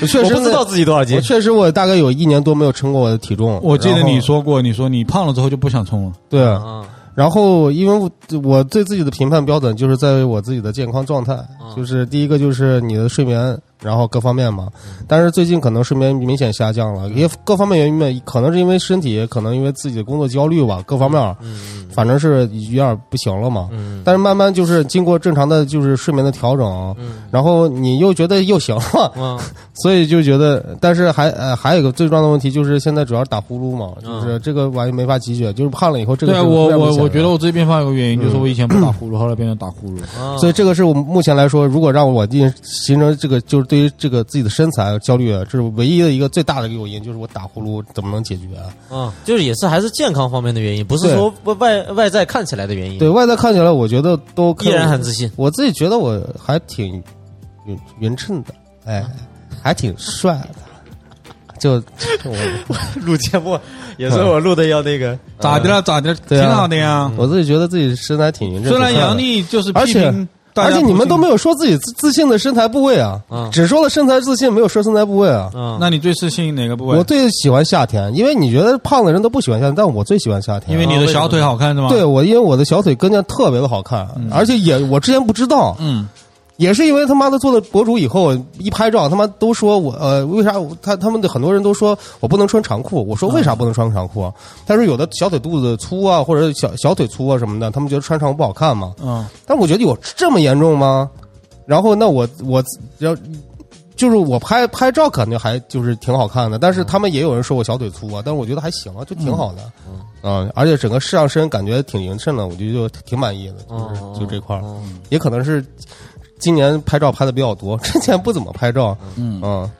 我确实我不知道自己多少斤我。确实我大概有一年多没有称过我的体重。我记得然后你说过，你说你胖了之后就不想冲了。对，嗯然后因为我我对自己的评判标准就是在于我自己的健康状态，嗯就是第一个就是你的睡眠，然后各方面嘛。嗯但是最近可能睡眠明显下降了，也各方面原因嘛，可能是因为身体，可能因为自己的工作焦虑嗯吧，各方面儿，反正是有点不行了嘛。嗯但是慢慢就是经过正常的就是睡眠的调整，嗯然后你又觉得又行了，嗯所以就觉得，但是还呃还有一个最重要的问题就是现在主要是打呼噜嘛，就是这个玩意没法解决，就是胖了以后这嗯个对啊，是我非常明我显的我觉得我最变胖有个原因就是我以前不打呼噜，后来变成打呼 噜。嗯，所以这个是我目前来说，如果让我定形成这个，就是对于这个自己的身材焦虑，啊这是唯一的一个最大的一个诱因，就是我打呼噜怎么能解决啊？嗯，就是也是还是健康方面的原因，不是对说外外在看起来的原因。对，外在看起来，我觉得都嗯依然很自信。我自己觉得我还挺匀匀称的，哎，还挺帅的，就我 录节目也是我录的要那个，咋的了？咋的了？挺对啊好的呀。我自己觉得自己身材挺匀称的。虽然挺帅的杨笠就是而批且评大家不而且信，你们都没有说自己自自信的身材部位啊，嗯只说了身材自信，没有说身材部位啊。嗯，那你最自信哪个部位？我最喜欢夏天，因为你觉得胖的人都不喜欢夏天，但我最喜欢夏天。因为你的小腿好看是吗？对，我，因为我的小腿跟腱特别的好看，而且也我之前不知道，嗯，也是因为他妈的做了博主以后，一拍照他妈都说我呃为啥我他他们的很多人都说我不能穿长裤，我说为啥不能穿长裤啊？他说有的小腿肚子粗啊，或者小小腿粗啊什么的，他们觉得穿长裤不好看嘛。嗯，但我觉得有这么严重吗？然后那我我要就是我拍拍照感觉还就是挺好看的，但嗯是他们也有人说我小腿粗啊，但是我觉得还行啊，就挺好的，嗯，而且整个上身感觉挺匀称的，我觉得就挺满意的，就是哦就这块儿，哦也可能是今年拍照拍的比较多， 之前不怎么拍照，嗯嗯，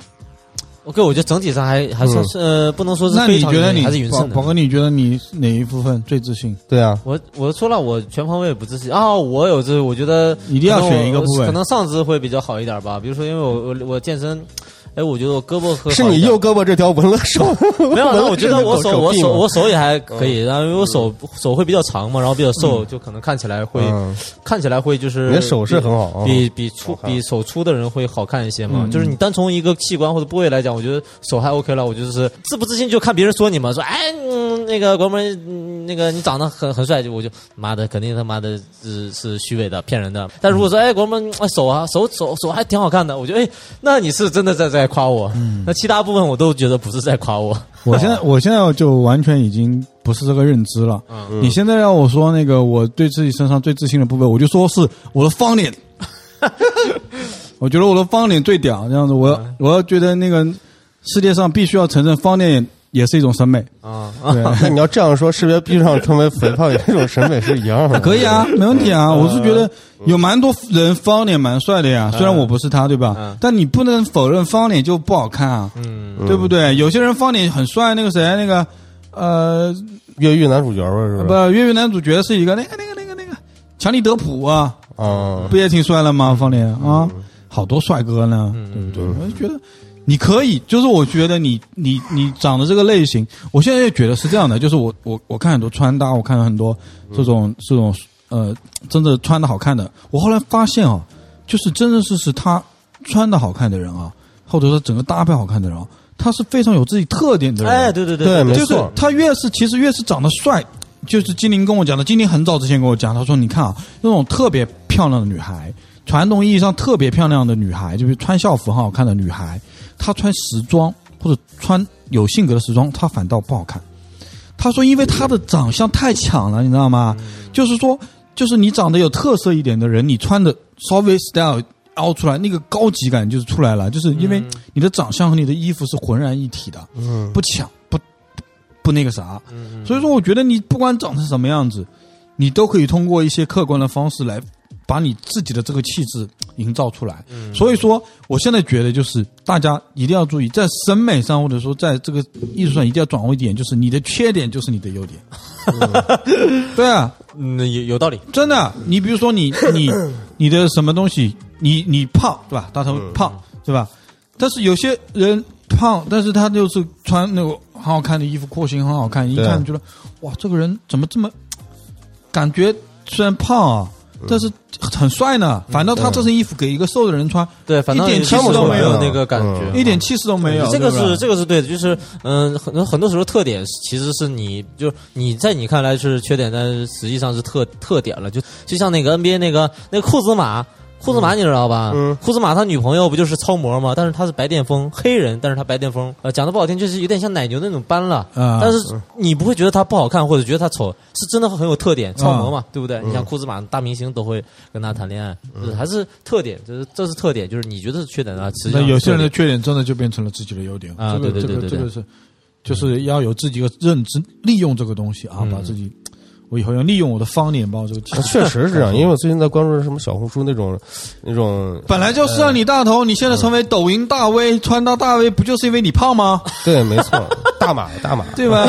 OK，我觉得整体上还还算是呃，不能说是那非你常觉得匀你还是匀宝称的宝。哥，你觉得你哪一部分最自信？对啊，我我说了，我全方位不自信啊，我有这，我觉得一定要选一个部位可能上肢会比较好一点吧。比如说，因为我我我健身，哎，我觉得我胳膊和是你右胳膊这条纹了手， 没有，那我 觉得我手我手我手手也还可以，然后因为我手手会比较长嘛，然后比较嗯瘦，就可能看起来会嗯， 看起来会就是你的手是比很好啊，比比粗看比手粗的人会好看一些嘛。嗯就是你单从一个器官或者部位来讲，我觉得手还 OK 了。我就是自不自信就看别人说你嘛，说哎、嗯、那个国门、嗯那个你长得很很帅，就我就妈的肯定他妈的是是虚伪的骗人的。但如果说哎国门哎手嗯啊手手手还挺好看的，我觉得哎那你是真的在在夸我。那其他部分我都觉得不是在夸我。我现在哦我现在就完全已经不是这个认知了。嗯你现在让我说那个我对自己身上最自信的部位，我就说是我的方 脸。我觉得我的方脸最屌，这样子我嗯我要觉得那个世界上必须要承认方脸也是一种审美。啊对，那你要这样说，是不是必须让成为肥胖也是一种审美是一样的？可以啊，没问题啊。嗯我是觉得有蛮多人方脸蛮帅的呀，虽然我不是他，对吧嗯？但你不能否认方脸就不好看啊，嗯嗯，对不对？有些人方脸很帅，那个谁，那个呃，越狱男主角吧，是不吧？，越狱男主角是一个那个那个那个那个强尼德普啊，嗯，不也挺帅的吗？方脸啊，好多帅哥呢，对不对？我就觉得。你可以，就是我觉得你你你长得这个类型，我现在也觉得是这样的，就是我我我看很多穿搭，我看了很多这种这种呃，真的穿的好看的，我后来发现哦，就是真真是是他穿的好看的人啊，或者说整个搭配好看的人啊，他是非常有自己特点的人，哎对对对对没就是错他越是其实越是长得帅，就是金玲跟我讲的，金玲很早之前跟我讲，她说你看啊，那种特别漂亮的女孩，传统意义上特别漂亮的女孩，就是穿校服很好看的女孩，她穿时装或者穿有性格的时装，她反倒不好看。她说因为她的长相太抢了，你知道吗？就是说，就是你长得有特色一点的人，你穿的稍微 style。凹出来那个高级感就是出来了，就是因为你的长相和你的衣服是浑然一体的，嗯，不抢不不不那个啥。嗯所以说，我觉得你不管长成什么样子，你都可以通过一些客观的方式来把你自己的这个气质营造出来。嗯所以说，我现在觉得就是大家一定要注意，在审美上或者说在这个艺术上一定要掌握一点，就是你的缺点就是你的 优点。对啊，嗯，有有道理，真的，你比如说你你你的什么东西，你你胖对吧？大头嗯胖对吧？但是有些人胖，但是他就是穿那个很好看的衣服，廓形很好看，一对啊看觉得哇，这个人怎么这么感觉虽然胖啊，嗯但是很帅呢？反倒他这身衣服给一个瘦的人穿，对，反正一点气气势势都都没没有有那个感觉，嗯一点气势都没有。这个对吧是这个是对的，就是嗯，很多很多时候特点其实是你就是你在你看来是缺点，但是实际上是特特点了。就就像那个 NBA 那个那个库兹马，库兹马你知道吧？嗯库兹马他女朋友不就是超模吗？但是他是白癜风，黑人，但是他白癜风，呃，讲的不好听就是有点像奶牛那种斑了。啊但是你不会觉得他不好看，或者觉得他丑，是真的很有特点，超啊模嘛，对不嗯对？你像库兹马大明星都会跟他谈恋爱，就是还是特点，就是这是特点，就是你觉得是缺点啊，实际那上有些人是的特点缺点真的就变成了自己的优点啊这个对对对这对对个这个是，就是要有自己的认知，利用这个东西啊，嗯把自己，我以后要利用我的方脸，把我这个气啊确实是 这样，因为我最近在关注什么小红书那种那 种， 本来就是啊让你大头，你现在成为抖音大 V，穿搭大 V，不就是因为你胖 吗？对，没错，大码大码，对吧？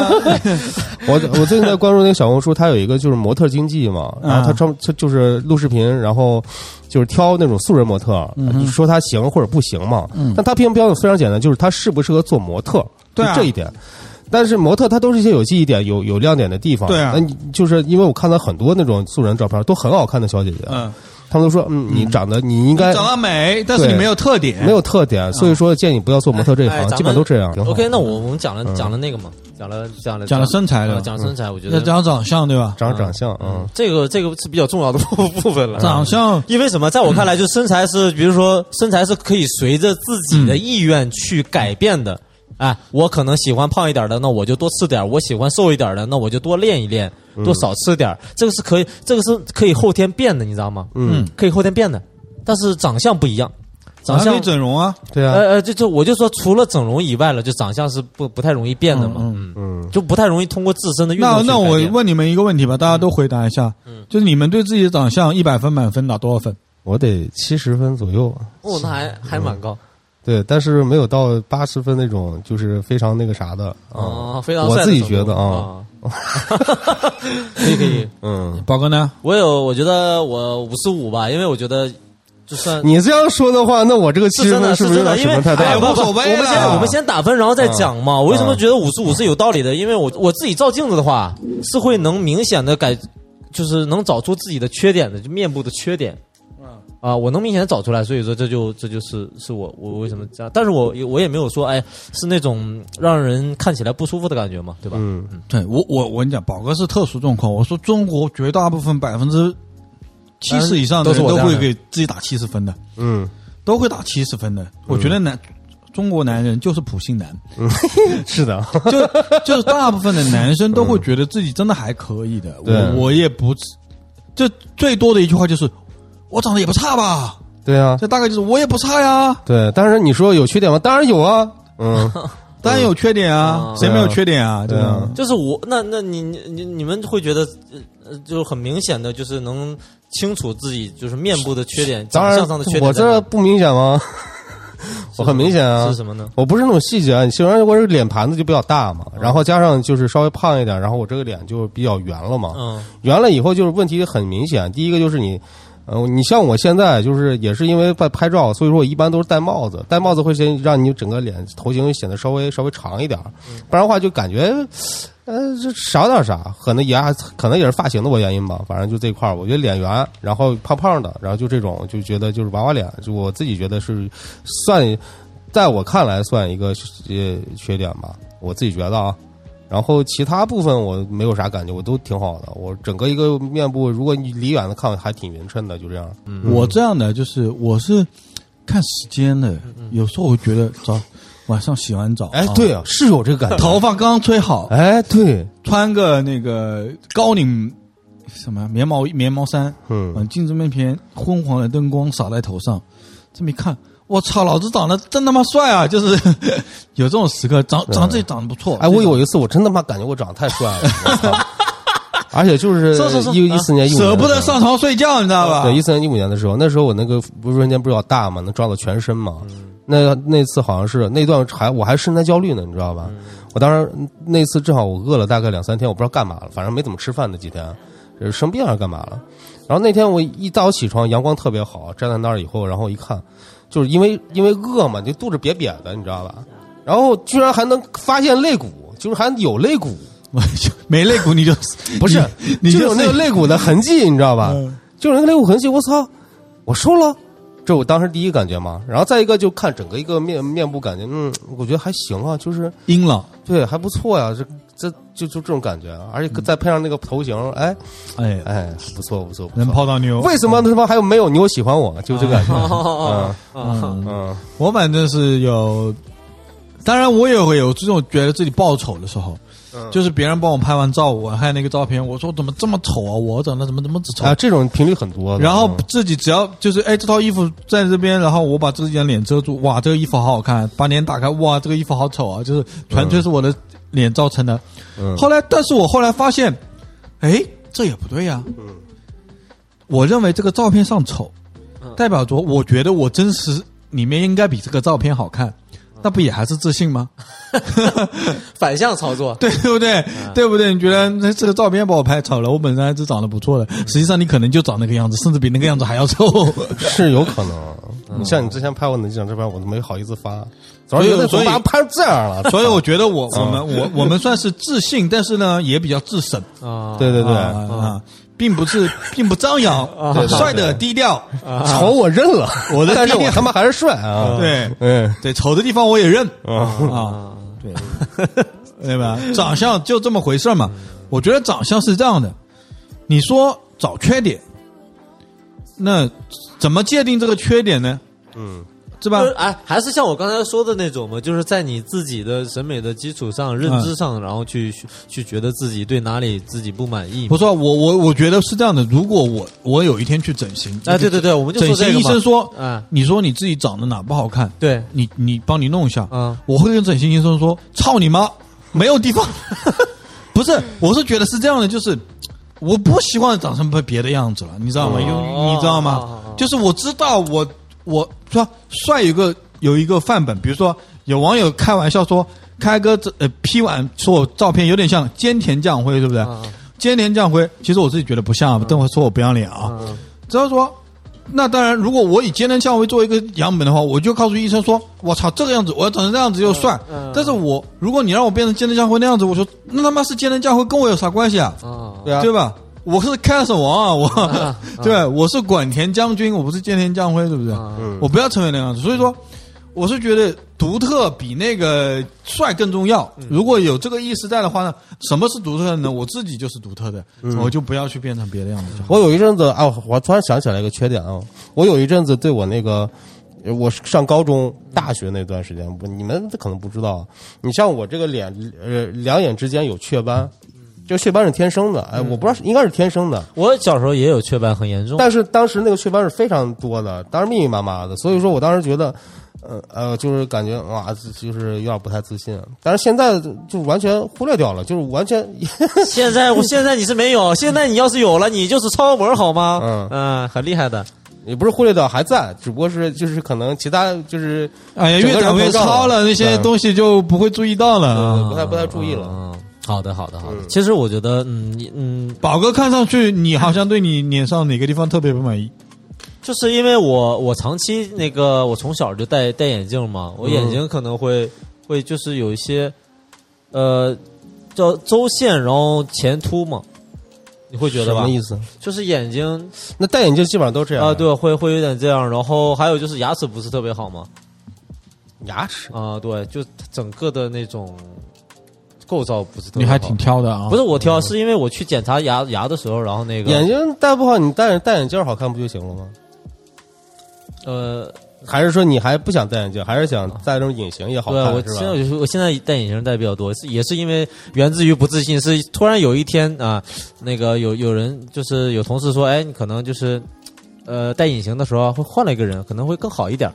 我我最近在关注那个小红书，它有一个就是模特经济嘛，嗯然后他专他就是录视频，然后就是挑那种素人模特，你说他行或者不行嘛。但他评标准非常简单，就是他适不适合做模特，对啊就这一点。但是模特它都是一些有记忆点、有有亮点的地方。对啊那你就是因为我看到很多那种素人照片都很好看的小姐姐， 嗯，她们都说，嗯，你长得你应该长得美，但是你对没有特点，没有特点，所以说建议你不要做模特这一啊哎行咱，们基本都这样。嗯 OK，那我我们讲了讲了那个嘛，讲了讲了嗯讲了身材啊了，讲了身材，我觉要得讲长相对吧？长长相，嗯，这个这个是比较重要的 部部分了。长相因为什么？在我看嗯来，就身材是，比如说身材是可以随着自己嗯的意愿去改变的。哎，我可能喜欢胖一点的，那我就多吃点儿；我喜欢瘦一点的，那我就多练一练，嗯多少吃点儿。这个是可以，这个是可以后天变的，你知道吗？嗯，可以后天变的，但是长相不一样，长还可相以整容啊，对啊，呃呃，就就我就说，除了整容以外了，就长相是不不太容易变的嘛，嗯嗯就不太容易通过自身的运动那去那我改变问你们一个问题吧，大家都回答一下，就是你们对自己的长相一百分满分打多少分？我得七十分左右。哦，那还还蛮高对，但是没有到八十分那种，就是非常那个啥的啊、哦，非常我帅自的己程度觉得啊，啊， 可以可以，嗯，宝哥呢？我有我觉得我五十五吧，因为我觉得就算你这样说的话，那我这个七是十真的分是不是是有真的，点因为水分太大嗯哎不了？无不所谓啊我们先啦我们先打分，然后再讲嘛。我为什么觉得五十五是有道理的？因为我我自己照镜子的话，是会能明显的改，就是能找出自己的缺点的，就面部的缺点。嗯啊，我能明显地找出来，所以说这就这就是是我我为什么这样，但是我我也没有说哎是那种让人看起来不舒服的感觉嘛，对吧？嗯，对我我我跟你讲，宝哥是特殊状况。我说中国绝大部分百分之七十以上的人都是我都这样的会给自己打七十分的， 嗯，都会打七十分的。我觉得男中国男人就是普信男，是的，就就是大部分的男生都会觉得自己真的还可以的。对我我也不，就最多的一句话就是我长得也不差吧，对啊，这大概就是我也不差呀，对。但是你说有缺点吗？当然有啊，嗯，当然有缺点啊，嗯谁没有缺点啊？对吧啊，就是我那那你你你你们会觉得呃就很明显的就是能清楚自己就是面部的缺点，当 长然相上的缺点我在哪这不明显吗？ 我很明显啊，是什么呢？我不是那种细节，啊，你虽然我这个脸盘子就比较大嘛，然后加上就是稍微胖一点，然后我这个脸就比较圆了嘛，嗯圆了以后就是问题很明显。第一个就是你，呃，你像我现在就是也是因为在拍照，所以说我一般都是戴帽子，戴帽子会先让你整个脸头型显得稍微稍微长一点儿，不然的话就感觉。呃，这少点啥，可能也还可能也是发型的我原因吧，反正就这块儿，我觉得脸圆，然后胖胖的，然后就这种就觉得就是娃娃脸，就我自己觉得是算，在我看来算一个呃缺点吧，我自己觉得啊，然后其他部分我没有啥感觉，我都挺好的。我整个一个面部，如果你离远的看，还挺匀称的，就这样。我这样的就是我是看时间的，有时候我觉得早晚上洗完澡，哎啊，对啊，是有这个感觉。 头发刚吹好，哎，对，穿个那个高领什么棉毛棉毛衫，嗯，嗯，镜子面前昏黄的灯光洒在头上，这么一看。我操，老子长得真他妈帅啊！就是 有这种时刻，长长自己长得不错。哎 哎，我有一次我真他妈感觉我长得太帅了，我操而且就是说说说一一四年一五啊舍不得上床睡觉，你知道吧？对，一四年一五年的时候，那时候我那个不是瞬间不是老大嘛，能抓到全身嘛。那那次好像是那段还我还身材焦虑呢，你知道吧？我当时那次正好我饿了大概两三天，我不知道干嘛了，反正没怎么吃饭那几天，呃生病还是干嘛了。然后那天我一早起床，阳光特别好，站在那儿以后，然后一看，就是因为因为饿嘛，就肚子瘪瘪的，你知道吧？然后居然还能发现肋骨，就是还有肋骨，我就 没肋骨你就不是，你你就就有那个肋骨的痕迹，你知道吧？嗯就是那个肋骨痕迹，我操，我瘦了，这我当时第一感觉嘛。然后再一个就看整个一个面面部感觉，嗯，我觉得还行啊，就是阴了，对还不错呀、这这就就这种感觉，啊而且再配上那个头型，哎哎，哎，不错不错不能错。泡到妞。为什么他妈还有没有你我喜欢我？就这个感哦觉，嗯啊嗯，嗯我反正是有，当然我也会有这种觉得自己爆丑的时候，就是别人帮我拍完照，我看那个照片，我说怎么这么丑啊，我长得怎么怎么丑啊，。这种频率很多的。然后嗯自己只要就是哎，这套衣服在这边，然后我把自己的脸遮住，哇，这个衣服好好看。把脸打开，哇，这个衣服好丑啊！就是纯粹是我的脸造成的。嗯后来，但是我后来发现，哎，这也不对呀、我认为这个照片上丑，嗯代表着我觉得我真实里面应该比这个照片好看，嗯那不也还是自信 吗？反向操作，对对不对？嗯对不对？你觉得那这个照片把我拍丑了，我本身还是长得不错嗯的，实际上你可能就长那个样子，甚至比那个样子还要丑。是有可能，你像你之前拍我那几张照片，我都没好意思发，所以以嗯所所以以把它拍成这样了。所以我觉得我啊我们我我们算是自信，但是呢也比较自省啊，对对对，啊啊啊，并不是 并不张扬，帅的低调，丑我认了，我的但是第一我他妈还是帅啊！对嗯，对，丑的地方我也认啊， 对对吧？长相就这么回事儿嘛。我觉得长相是这样的，你说找缺点，那怎么界定这个缺点呢？嗯，是吧就？是哎，还是像我刚才说的那种嘛，就是在你自己的审美的基础上、认知上，然后去去觉得自己对哪里自己不满意。不是啊，我我我觉得是这样的。如果我我有一天去整形，哎，对对对，我们就整说这形个医生嘛。说，嗯，你说你自己长得哪不好看，对，你你帮你弄一下。嗯我会跟整形医生说：“操你妈，没有地方。” 不嗯是，我是觉得是这样的，就是我不希望长成别的样子了，你知道吗？哦因为你知道哦哦吗哦？就是我知道我我说帅有个有一个范本，比如说有网友开玩笑说，开哥这呃 P 完说我照片有点像菅田将晖，对不对？嗯嗯菅田将晖，其实我自己觉得不像，啊，等会说我不要脸啊。嗯只要说，那当然，如果我以艰难相为作为一个样本的话，我就告诉医生说，我操，这个样子，我要长成这样子就算。嗯嗯但是我如果你让我变成艰难相辉那样子，我说那他妈是艰难相辉，跟我有啥关系啊？啊，对啊，对吧？我是看守王啊，我、嗯 对，我是管田将军，我不是菅田将晖，对不对？嗯我不要成为那样子。所以说，我是觉得独特比那个帅更重要。嗯如果有这个意识在的话呢，什么是独特的呢？我自己就是独特的，嗯我就不要去变成别的样子就好。我有一阵子啊，我突然想起来一个缺点啊，我有一阵子对我那个。呃我上高中、大学那段时间，不你们可能不知道。啊你像我这个脸，呃，两眼之间有雀斑，这雀斑是天生的。嗯哎，我不知道是，应该是天生的。我小时候也有雀斑，很严重。但是当时那个雀斑是非常多的，当时密密麻麻的，所以说我当时觉得，呃呃，就是感觉哇，就是有点不太自信。啊但是现在就完全忽略掉了，就是完全， 现在 我现在你是没有，现在你要是有了，你就是超模好吗？嗯嗯，很厉害的。也不是忽略掉，还在，只不过是就是可能其他就是哎呀，整个越人长越膨胀糙了，那些对东西就不会注意到了。啊。呃不太不太注意了。嗯，好的，好的，好的。其实我觉得，嗯，你嗯，宝哥看上去你好像对你脸上哪个地方特别不满意？就是因为我我长期那个我从小就戴戴眼镜嘛，我眼睛可能会、会就是有一些呃叫周线，然后前凸嘛，你会觉得什吧么？意思？就是眼睛那戴眼镜基本上都这样啊、对，会会有点这样，然后还有就是牙齿不是特别好嘛，牙齿啊、对，就整个的那种构造不是特别你好。还挺挑的啊！不是我挑，是因为我去检查牙牙的时候，然后那个眼睛戴不好，你戴戴眼镜好看不就行了吗？呃，还是说你还不想戴眼镜，还是想戴那种隐形也好对啊看我是现在吧？有时候我现在戴隐形戴比较多，是也是因为源自于不自信，是突然有一天啊，那个有有人就是啊有同事说，哎，你可能就是呃戴隐形的时候会换了一个人，可能会更好一点。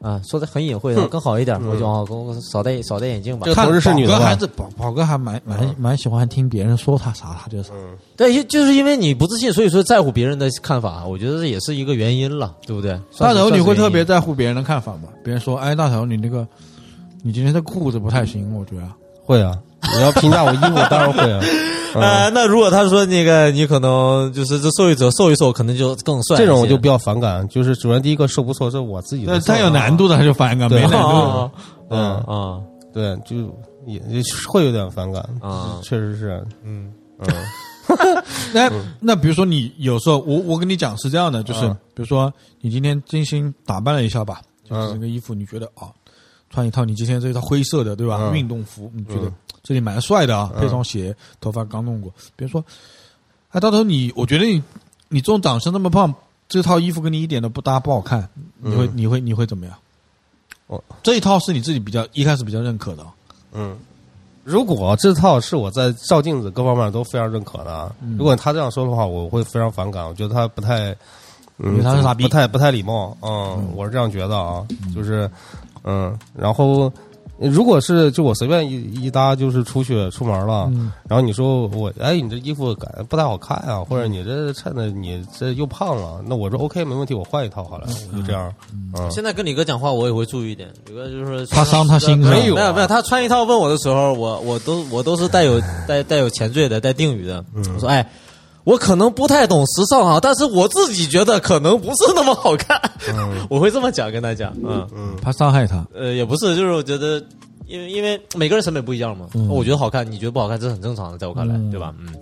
啊，说的很隐晦的，更好一点，我就啊，我我少戴少戴眼镜吧这。个看同事是女的宝哥吧还是宝宝哥还蛮蛮蛮喜欢听别人说他啥，他就是对，就就是因为你不自信，所以说在乎别人的看法，啊我觉得这也是一个原因了，对不对？大算是头，你会算是特别原因在乎别人的看法吗？别人说，哎，大头，你那个，你今天的裤子不太行，我觉得。会啊，你要评价我衣服，当然 会啊。嗯呃，那如果他说那个你可能就是这受益者瘦一瘦，可能就更帅一些。这种我就比较反感，就是首先第一个瘦不瘦是我自己的但事儿，他有难度的，啊他就反感；没对难度，啊嗯，啊对，就也也会有点反感，啊！确实是，嗯嗯，那那比如说你有时候，我我跟你讲是这样的，就是嗯比如说你今天精心打扮了一下吧，就是嗯这个衣服你觉得啊，穿一套你今天这一套灰色的对吧？嗯运动服，你觉得嗯这里蛮帅的啊，嗯配双鞋，头发刚弄过。别人说，哎，大头你，我觉得你你这种长相那么胖，这套衣服跟你一点都不搭，不好看，你会嗯哦你会你会怎么样？我这一套是你自己比较一开始比较认可的啊，嗯，如果这套是我在照镜子各方面都非常认可的啊，嗯如果他这样说的话，我会非常反感，我觉得他不太，因嗯为，他是傻逼不太不太礼貌，嗯，我是这样觉得啊，就是，嗯，然后。如果是就我随便一一搭，就是出去出门了，嗯然后你说我哎，你这衣服感觉不太好看啊，或者你这衬的你这又胖了，那我说 OK 没问题，我换一套好了，我就这样，嗯，现在跟李哥讲话，我也会注意一点。李哥就是他伤他心没是吧有啊没有没有，他穿一套问我的时候，我我都我都是带有带带有前缀的，带定语的。我说哎，我可能不太懂时尚啊，但是我自己觉得可能不是那么好看， 我会这么讲跟他讲，嗯。怕伤害他。呃，也不是，就是我觉得，因为因为每个人审美不一样嘛，我觉得好看，你觉得不好看，这很正常的，在我看来，对吧？嗯，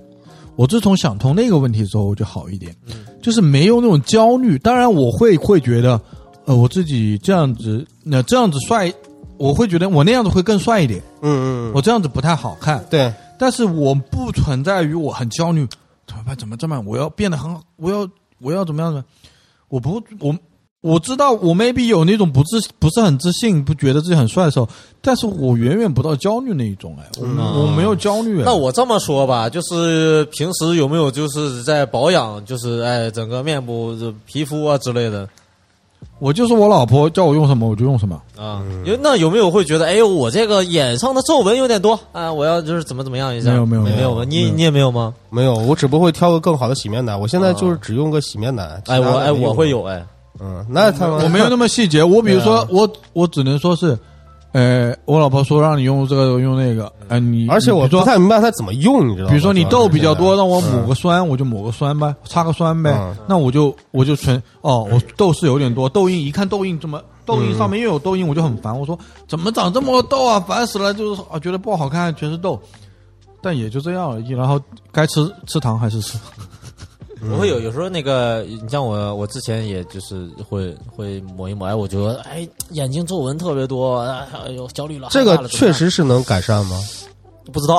我自从想通那个问题之后，我就好一点，就是没有那种焦虑。当然，我会会觉得，呃，我自己这样子，那、这样子帅，我会觉得我那样子会更帅一点，嗯嗯，我这样子不太好看。对，但是我不存在于我很焦虑，怎么办？怎么这么？我要变得很好，我要我要怎么样呢？我不，我我知道我 maybe 有那种不自不是很自信，不觉得自己很帅的时候，但是我远远不到焦虑那一种，哎，我、我没有焦虑、哎那我这么说吧，就是平时有没有就是在保养，就是哎，整个面部、这皮肤啊之类的我就是我老婆叫我用什么我就用什么。啊？嗯有、那有没有会觉得，哎呦，我这个眼上的皱纹有点多啊，我要就是怎么怎么样一下？没有没有没没有吗？你没有嗯你也没有吗？没有，我只不过会挑个更好的洗面奶。我现在就是只用个洗面奶。哎，我其他的哎没我会，有哎，嗯，那他我没有那么细节。我比如啊说，我我只能说是，呃，我老婆说让你用这个用那个，哎、你而且我你比不如说，太明白它怎么用，你知道吗？比如说你主要痘是比较多，现在让我抹个酸，我就抹个酸呗，擦个酸呗。嗯那我就我就纯哦，我痘是有点多，痘印一看痘印这么。痘印嗯上面又有痘印，我就很烦。我说怎么长这么多痘啊，烦死了！就是啊，觉得不好看，全是痘，但也就这样而已。然后该吃吃糖还是吃，嗯我会有有时候那个，你像我，我之前也就是会会抹一抹，哎，我觉得哎眼睛皱纹特别多，哎呦焦虑了。这害怕个了确实是能改善吗？怎么办不知道，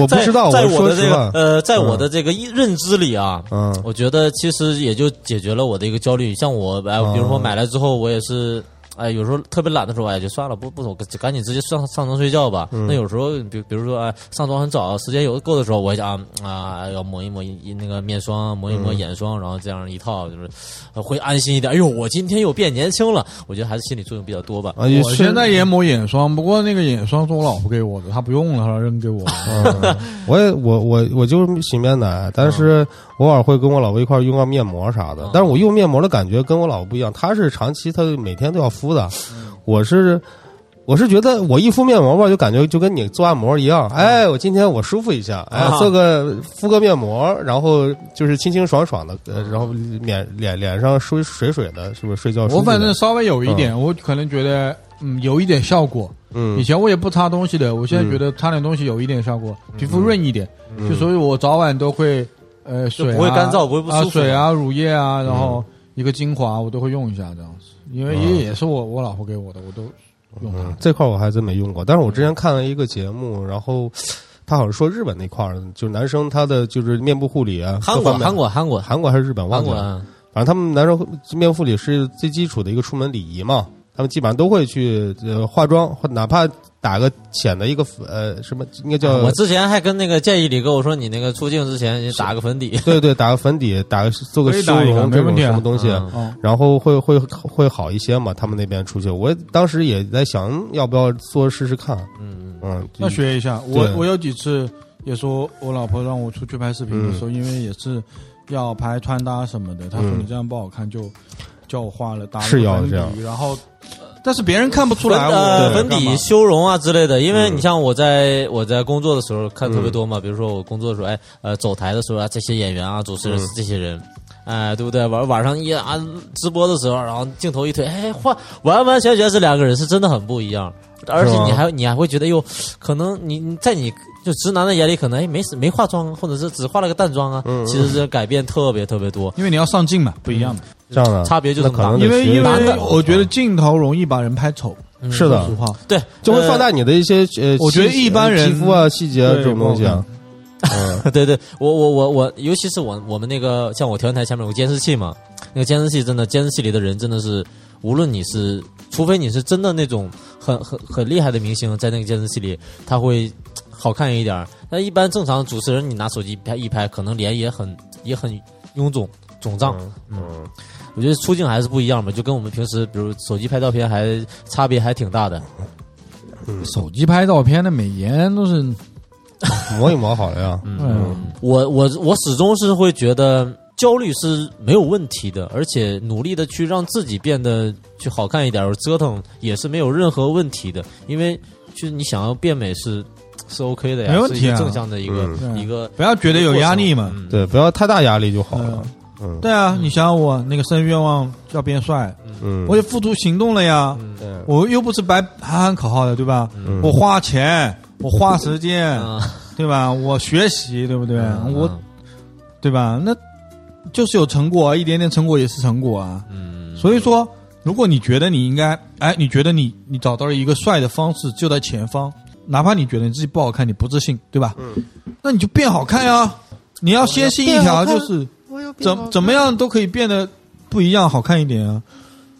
我不在知道，在我我说的这实个话，呃，在我的这个一认知里啊，嗯我觉得其实也就解决了我的一个焦虑。像我哎，哦比如说买来之后，我也是。哎，有时候特别懒的时候，哎，就算了，不不走，赶紧直接上上床睡觉吧。嗯那有时候，比比如说，哎，上床很早，时间有够的时候，我也想啊，要抹一抹一一那个面霜，抹一抹嗯眼霜，然后这样一套，就是呃会安心一点。哎呦，我今天又变年轻了，我觉得还是心理作用比较多吧。啊，也我是现在也抹眼霜，不过那个眼霜是我老婆给我的，她不用了，她扔给我了。嗯 我也我我我就是洗面奶，但嗯是偶尔会跟我老婆一块儿用个面膜啥的。但是我用面膜的感觉跟我老婆不一样，她是长期她每天都要敷的，嗯我是。我是觉得我一敷面膜吧，就感觉就跟你做按摩一嗯样。哎，我今天我舒服一下，哎，啊做个敷个面膜，然后就是清清爽爽的，呃然后脸脸脸上舒水水的，是不是睡哦觉舒服我点？反正稍微有一点，我可能觉得嗯有一点效果。以嗯前我也不擦东西的，我现嗯在觉得擦点东西有一点效果，皮肤润一点，就所以我早晚都会呃水啊不会干燥不会不舒服嗯啊水啊乳液啊，然后一个精华我都会用一下这样子，因为也也是我我老婆给我的，我都用它。这块儿我还真没用过，但是我之前看了一个节目，然后他好像说日本那块儿的，就是男生他的就是面部护理啊，韩各国，方面韩国，韩国，韩国还是日本韩忘记国了，啊，反正他们男生面部护理是最基础的一个出门礼仪嘛，他们基本上都会去呃化妆，或哪怕打个浅的一个呃什么，应该叫、我之前还跟那个建议李哥我说，你那个出镜之前你打个粉底，对对，打个粉底，打个做个可以修打一个容没这种问题啊什么东西，嗯哦，然后会会会好一些嘛。他们那边出去，我当时也在想嗯要不要做试试看，嗯，嗯，就要学一下。我对我有几次也说，我老婆让我出去拍视频的时候，因为也是要拍穿搭什么的，她说嗯你这样不好看，就叫我画了打了是个要粉这样底，然后但是别人看不出粉来呃我粉干底、嘛修容啊之类的，因为嗯你像我在我在工作的时候看特别多嘛，比如说我工作的时候，哎呃走台的时候啊，这些演员啊、主持人嗯这些人。哎，对不对？晚晚上一啊直播的时候，然后镜头一推，哎，换完完全全是两个人，是真的很不一样。而且你还你还会觉得，哟，可能你你在你就直男的眼里，可能哎没没化妆，或者是只化了个淡妆啊，其实这改变特别特别多，因为你要上镜嘛，不一样嘛。这样的差别就这那么可大能得因为学因男为的我觉得镜头容易把人拍丑，嗯嗯是的说实话，对，就会呃放大你的一些呃，我觉得细一般人皮肤啊、细节啊对这种东西啊，嗯， 对对，我我我我，尤其是我我们那个像我调音台前面有个监视器嘛，那个监视器真的，监视器里的人真的是，无论你是，除非你是真的那种很很很厉害的明星，在那个监视器里，他会好看一点儿。但一般正常主持人，你拿手机拍一拍，可能脸也很也很臃肿肿胀。嗯，我觉得出镜还是不一样嘛，就跟我们平时比如手机拍照片还差别还挺大的。手机拍照片的美颜都是，磨一磨好了呀，嗯，我我我始终是会觉得焦虑是没有问题的，而且努力的去让自己变得去好看一点，折腾也是没有任何问题的，因为就是你想要变美是是 OK 的呀，没问题啊是一个正向的一个、嗯对一个不要觉得有压力嘛。嗯对，不要太大压力就好了嗯，嗯对啊，你想想我那个生日愿望要变帅，嗯，我也付诸行动了呀。嗯对我又不是白喊喊口号的，对吧？嗯我花钱，我花时间，嗯对吧？我学习，对不对？啊嗯我，对吧？那就是有成果，一点点成果也是成果啊。嗯，所以说，如果你觉得你应该，哎，你觉得你你找到了一个帅的方式，就在前方，哪怕你觉得你自己不好看，你不自信，对吧？嗯，那你就变好看呀。你要先信一条，就是我要怎怎么样都可以变得不一样，好看一点啊。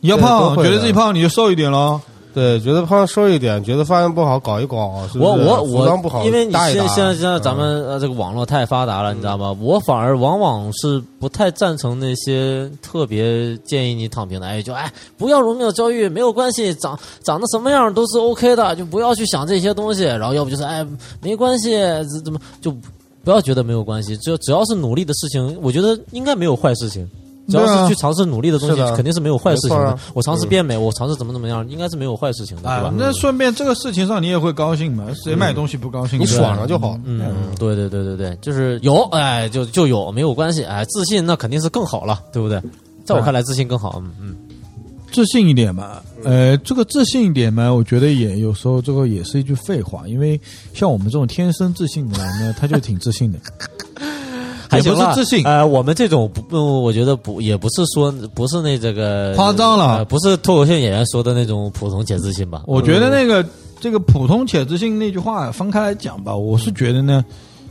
你要对都胖，会觉得的自己胖，你就瘦一点喽。对，觉得胖瘦一点，觉得发现不好搞一搞，是不我是我服装不我，好，因为你搭一啊嗯现搭现在现在咱们呃这个网络太发达了，你知道吗？我反而往往是不太赞成那些特别建议你躺平的，哎，就哎不要容貌焦虑，没有关系，长长得什么样都是 OK 的，就不要去想这些东西。然后要不就是哎没关系，怎怎么就不要觉得没有关系，只要只要是努力的事情，我觉得应该没有坏事情。只要对啊是去尝试努力的东是西，的肯定是没有坏事情没错的啊。我尝试嗯变美，我尝试怎么怎么样，应该是没有坏事情的，对啊吧，？那顺便这个事情上你也会高兴嘛？谁买东西不高兴？你对爽了就好，嗯，对对对对对，就是有，哎，就就有，没有关系，哎，自信那肯定是更好了，对不对？在我看来，自信更好，嗯嗯，自信一点嘛。呃，这个自信一点嘛，我觉得也有时候这个也是一句废话，因为像我们这种天生自信的人呢，他就挺自信的。 还行也不是了自信呃，我们这种不，嗯我觉得不，也不是说不是那这个夸张了呃不是脱口秀演员说的那种普通且自信吧？我觉得那个这个普通且自信那句话分开来讲吧，我是觉得呢，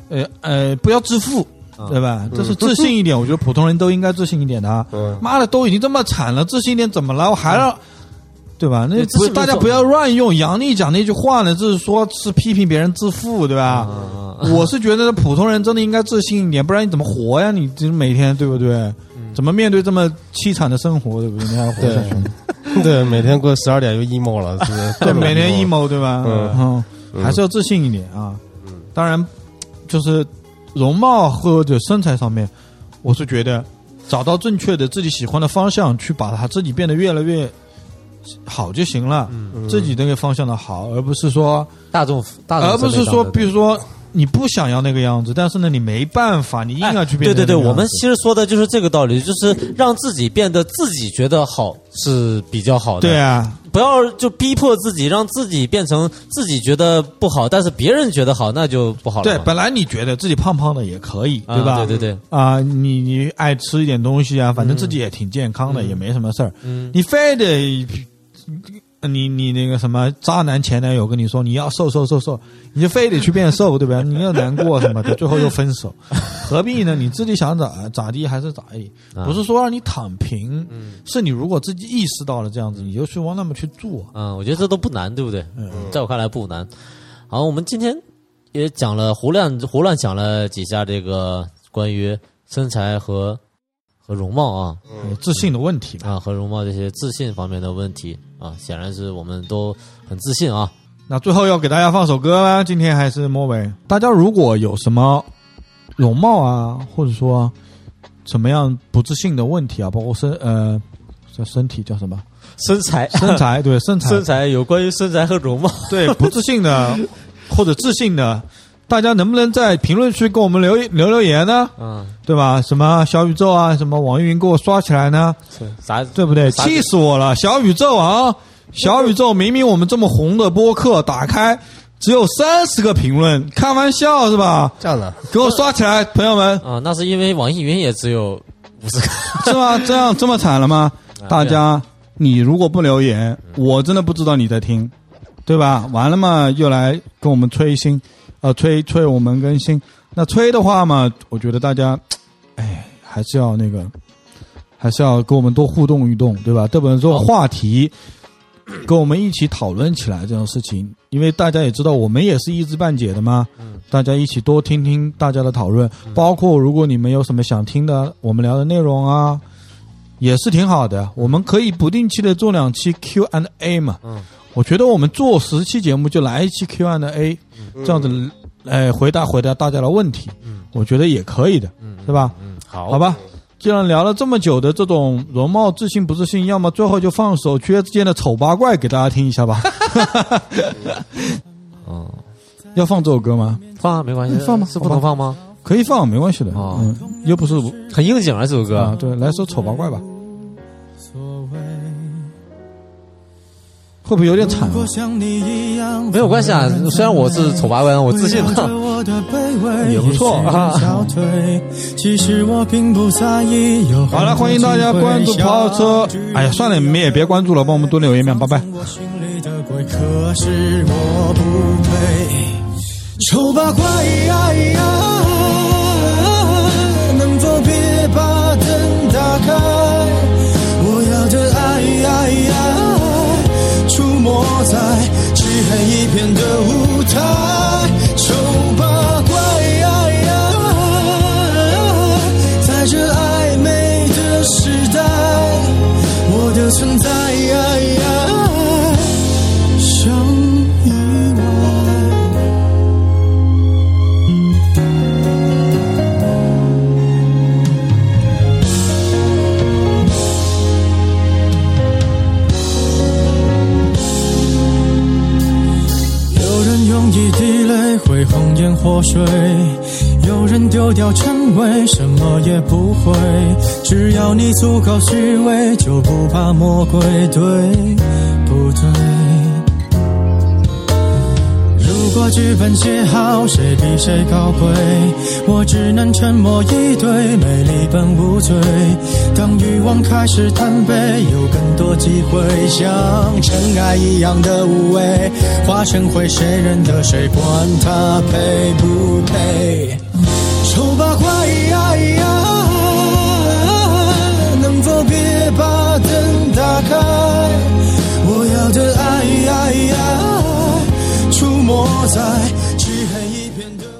呃呃，不要自负。嗯对吧？这是自信一点，我觉得普通人都应该自信一点的啊。嗯妈的，都已经这么惨了，自信一点怎么了？我还要，对吧？那对自不信没大家错不要乱用杨笠讲那句话呢，就是说是批评别人自负，对吧？嗯，我是觉得普通人真的应该自信一点，不然你怎么活呀？你这每天对不对？怎么面对这么凄惨的生活，对不对？你还活下去吗？对，每天过十二点就 emo 了，是不是？ 对，各种每天 emo 对吧？嗯嗯，还是要自信一点啊。当然，嗯就是容貌或者身材上面，我是觉得找到正确的自己喜欢的方向，去把它自己变得越来越好就行了。嗯自己那个方向的好，而不是说，大众嗯大众而不审美是上说，的比如说你不想要那个样子，但是呢，你没办法，你硬要去变成那哎对对个对，样子。我们其实说的就是这个道理，就是让自己变得自己觉得好是比较好的。对啊，不要就逼迫自己，让自己变成自己觉得不好，但是别人觉得好，那就不好了对嘛。，本来你觉得自己胖胖的也可以，啊吧？对对嗯对，啊、你你爱吃一点东西啊，反正自己也挺健康的，也没什么事儿。嗯你非得你你那个什么渣男前男友跟你说你要瘦瘦瘦瘦，你就非得去变瘦，对吧？你要难过什么的，最后又分 手，何必呢？你自己想咋咋地还是咋地，啊不是说让你躺平，嗯是你如果自己意识到了这样子，你就去往那么去做。嗯，我觉得这都不难，对不对？嗯，在我看来不难。好，我们今天也讲了胡乱胡乱讲了几下这个关于身材和和容貌啊呃自信的问题吧。啊和容貌这些自信方面的问题啊，显然是我们都很自信啊。那最后要给大家放首歌啦，今天还是末尾。大家如果有什么容貌啊，或者说什么样不自信的问题啊，包括身呃叫身体叫什 么身材，身 材，对身材身材有关于身材和容貌，对不自信 的或者自信的，大家能不能在评论区给我们留一留留言呢？嗯，对吧？什么小宇宙啊，什么网易云给我刷起来呢？是啥？对不对？啥都气死我了！小宇宙啊，小宇宙明明我们这么红的播客，打开只有三十个评论，开玩笑是吧？这样的，给我刷起来，朋友们，啊，那是因为网易云也只有五十个。是吗？这样这么惨了吗？大家，你如果不留言，我真的不知道你在听，对吧？完了嘛，又来跟我们催新，呃，催催我们更新。那催的话嘛，我觉得大家，哎，还是要那个，还是要跟我们多互动一动，对吧？这本说话题，跟我们一起讨论起来这种事情，因为大家也知道，我们也是一知半解的嘛。大家一起多听听大家的讨论，嗯包括如果你们有什么想听的，我们聊的内容啊，也是挺好的。我们可以不定期的做两期 Q and A 嘛。嗯，我觉得我们做十期节目就来一期 Q and A，这嗯样子，哎，回答回答大家的问题，我觉得也可以的，对吧？嗯，好，好，吧。既然聊了这么久的这种容貌自信不自信，要么最后就放首薛之谦的《丑八怪》给大家听一下吧。 嗯，要放这首歌吗？放啊没关系，放吧是不能放吗？可以放，没关系的。哦嗯，又不是很应景啊，这首歌。啊，对，来首《丑八怪》吧。所谓。会不会有点惨如啊果？像你一样，没有关系啊，虽然我是丑八怪，但我自信啊围绕着的。我的卑微啊也不错啊。小腿，其实我并不在意。有好了，欢迎大家关注跑车。哎呀，算了，你们也别关注了，帮我们多留言吧，拜拜。我心里的鬼，可是我不配。丑八怪呀呀，能否别把灯打开？我要的爱呀呀，出没在漆黑一片的舞台。丑八怪呀呀，在这暧昧的时代，我的存在呀呀，像意外。有人用一滴泪会红颜祸水，有人丢掉称谓，什么也不会。只要你足够虚伪，就不怕魔鬼，对不对？如果剧本写好，谁比谁高贵？我只能沉默以对，美丽本无罪。当欲望开始贪杯，有更多机会像尘埃一样的无畏，化成灰，谁认得谁？管他配不配？丑八怪呀呀，能否别把灯打开？我要的爱呀呀，出没在漆黑一片的。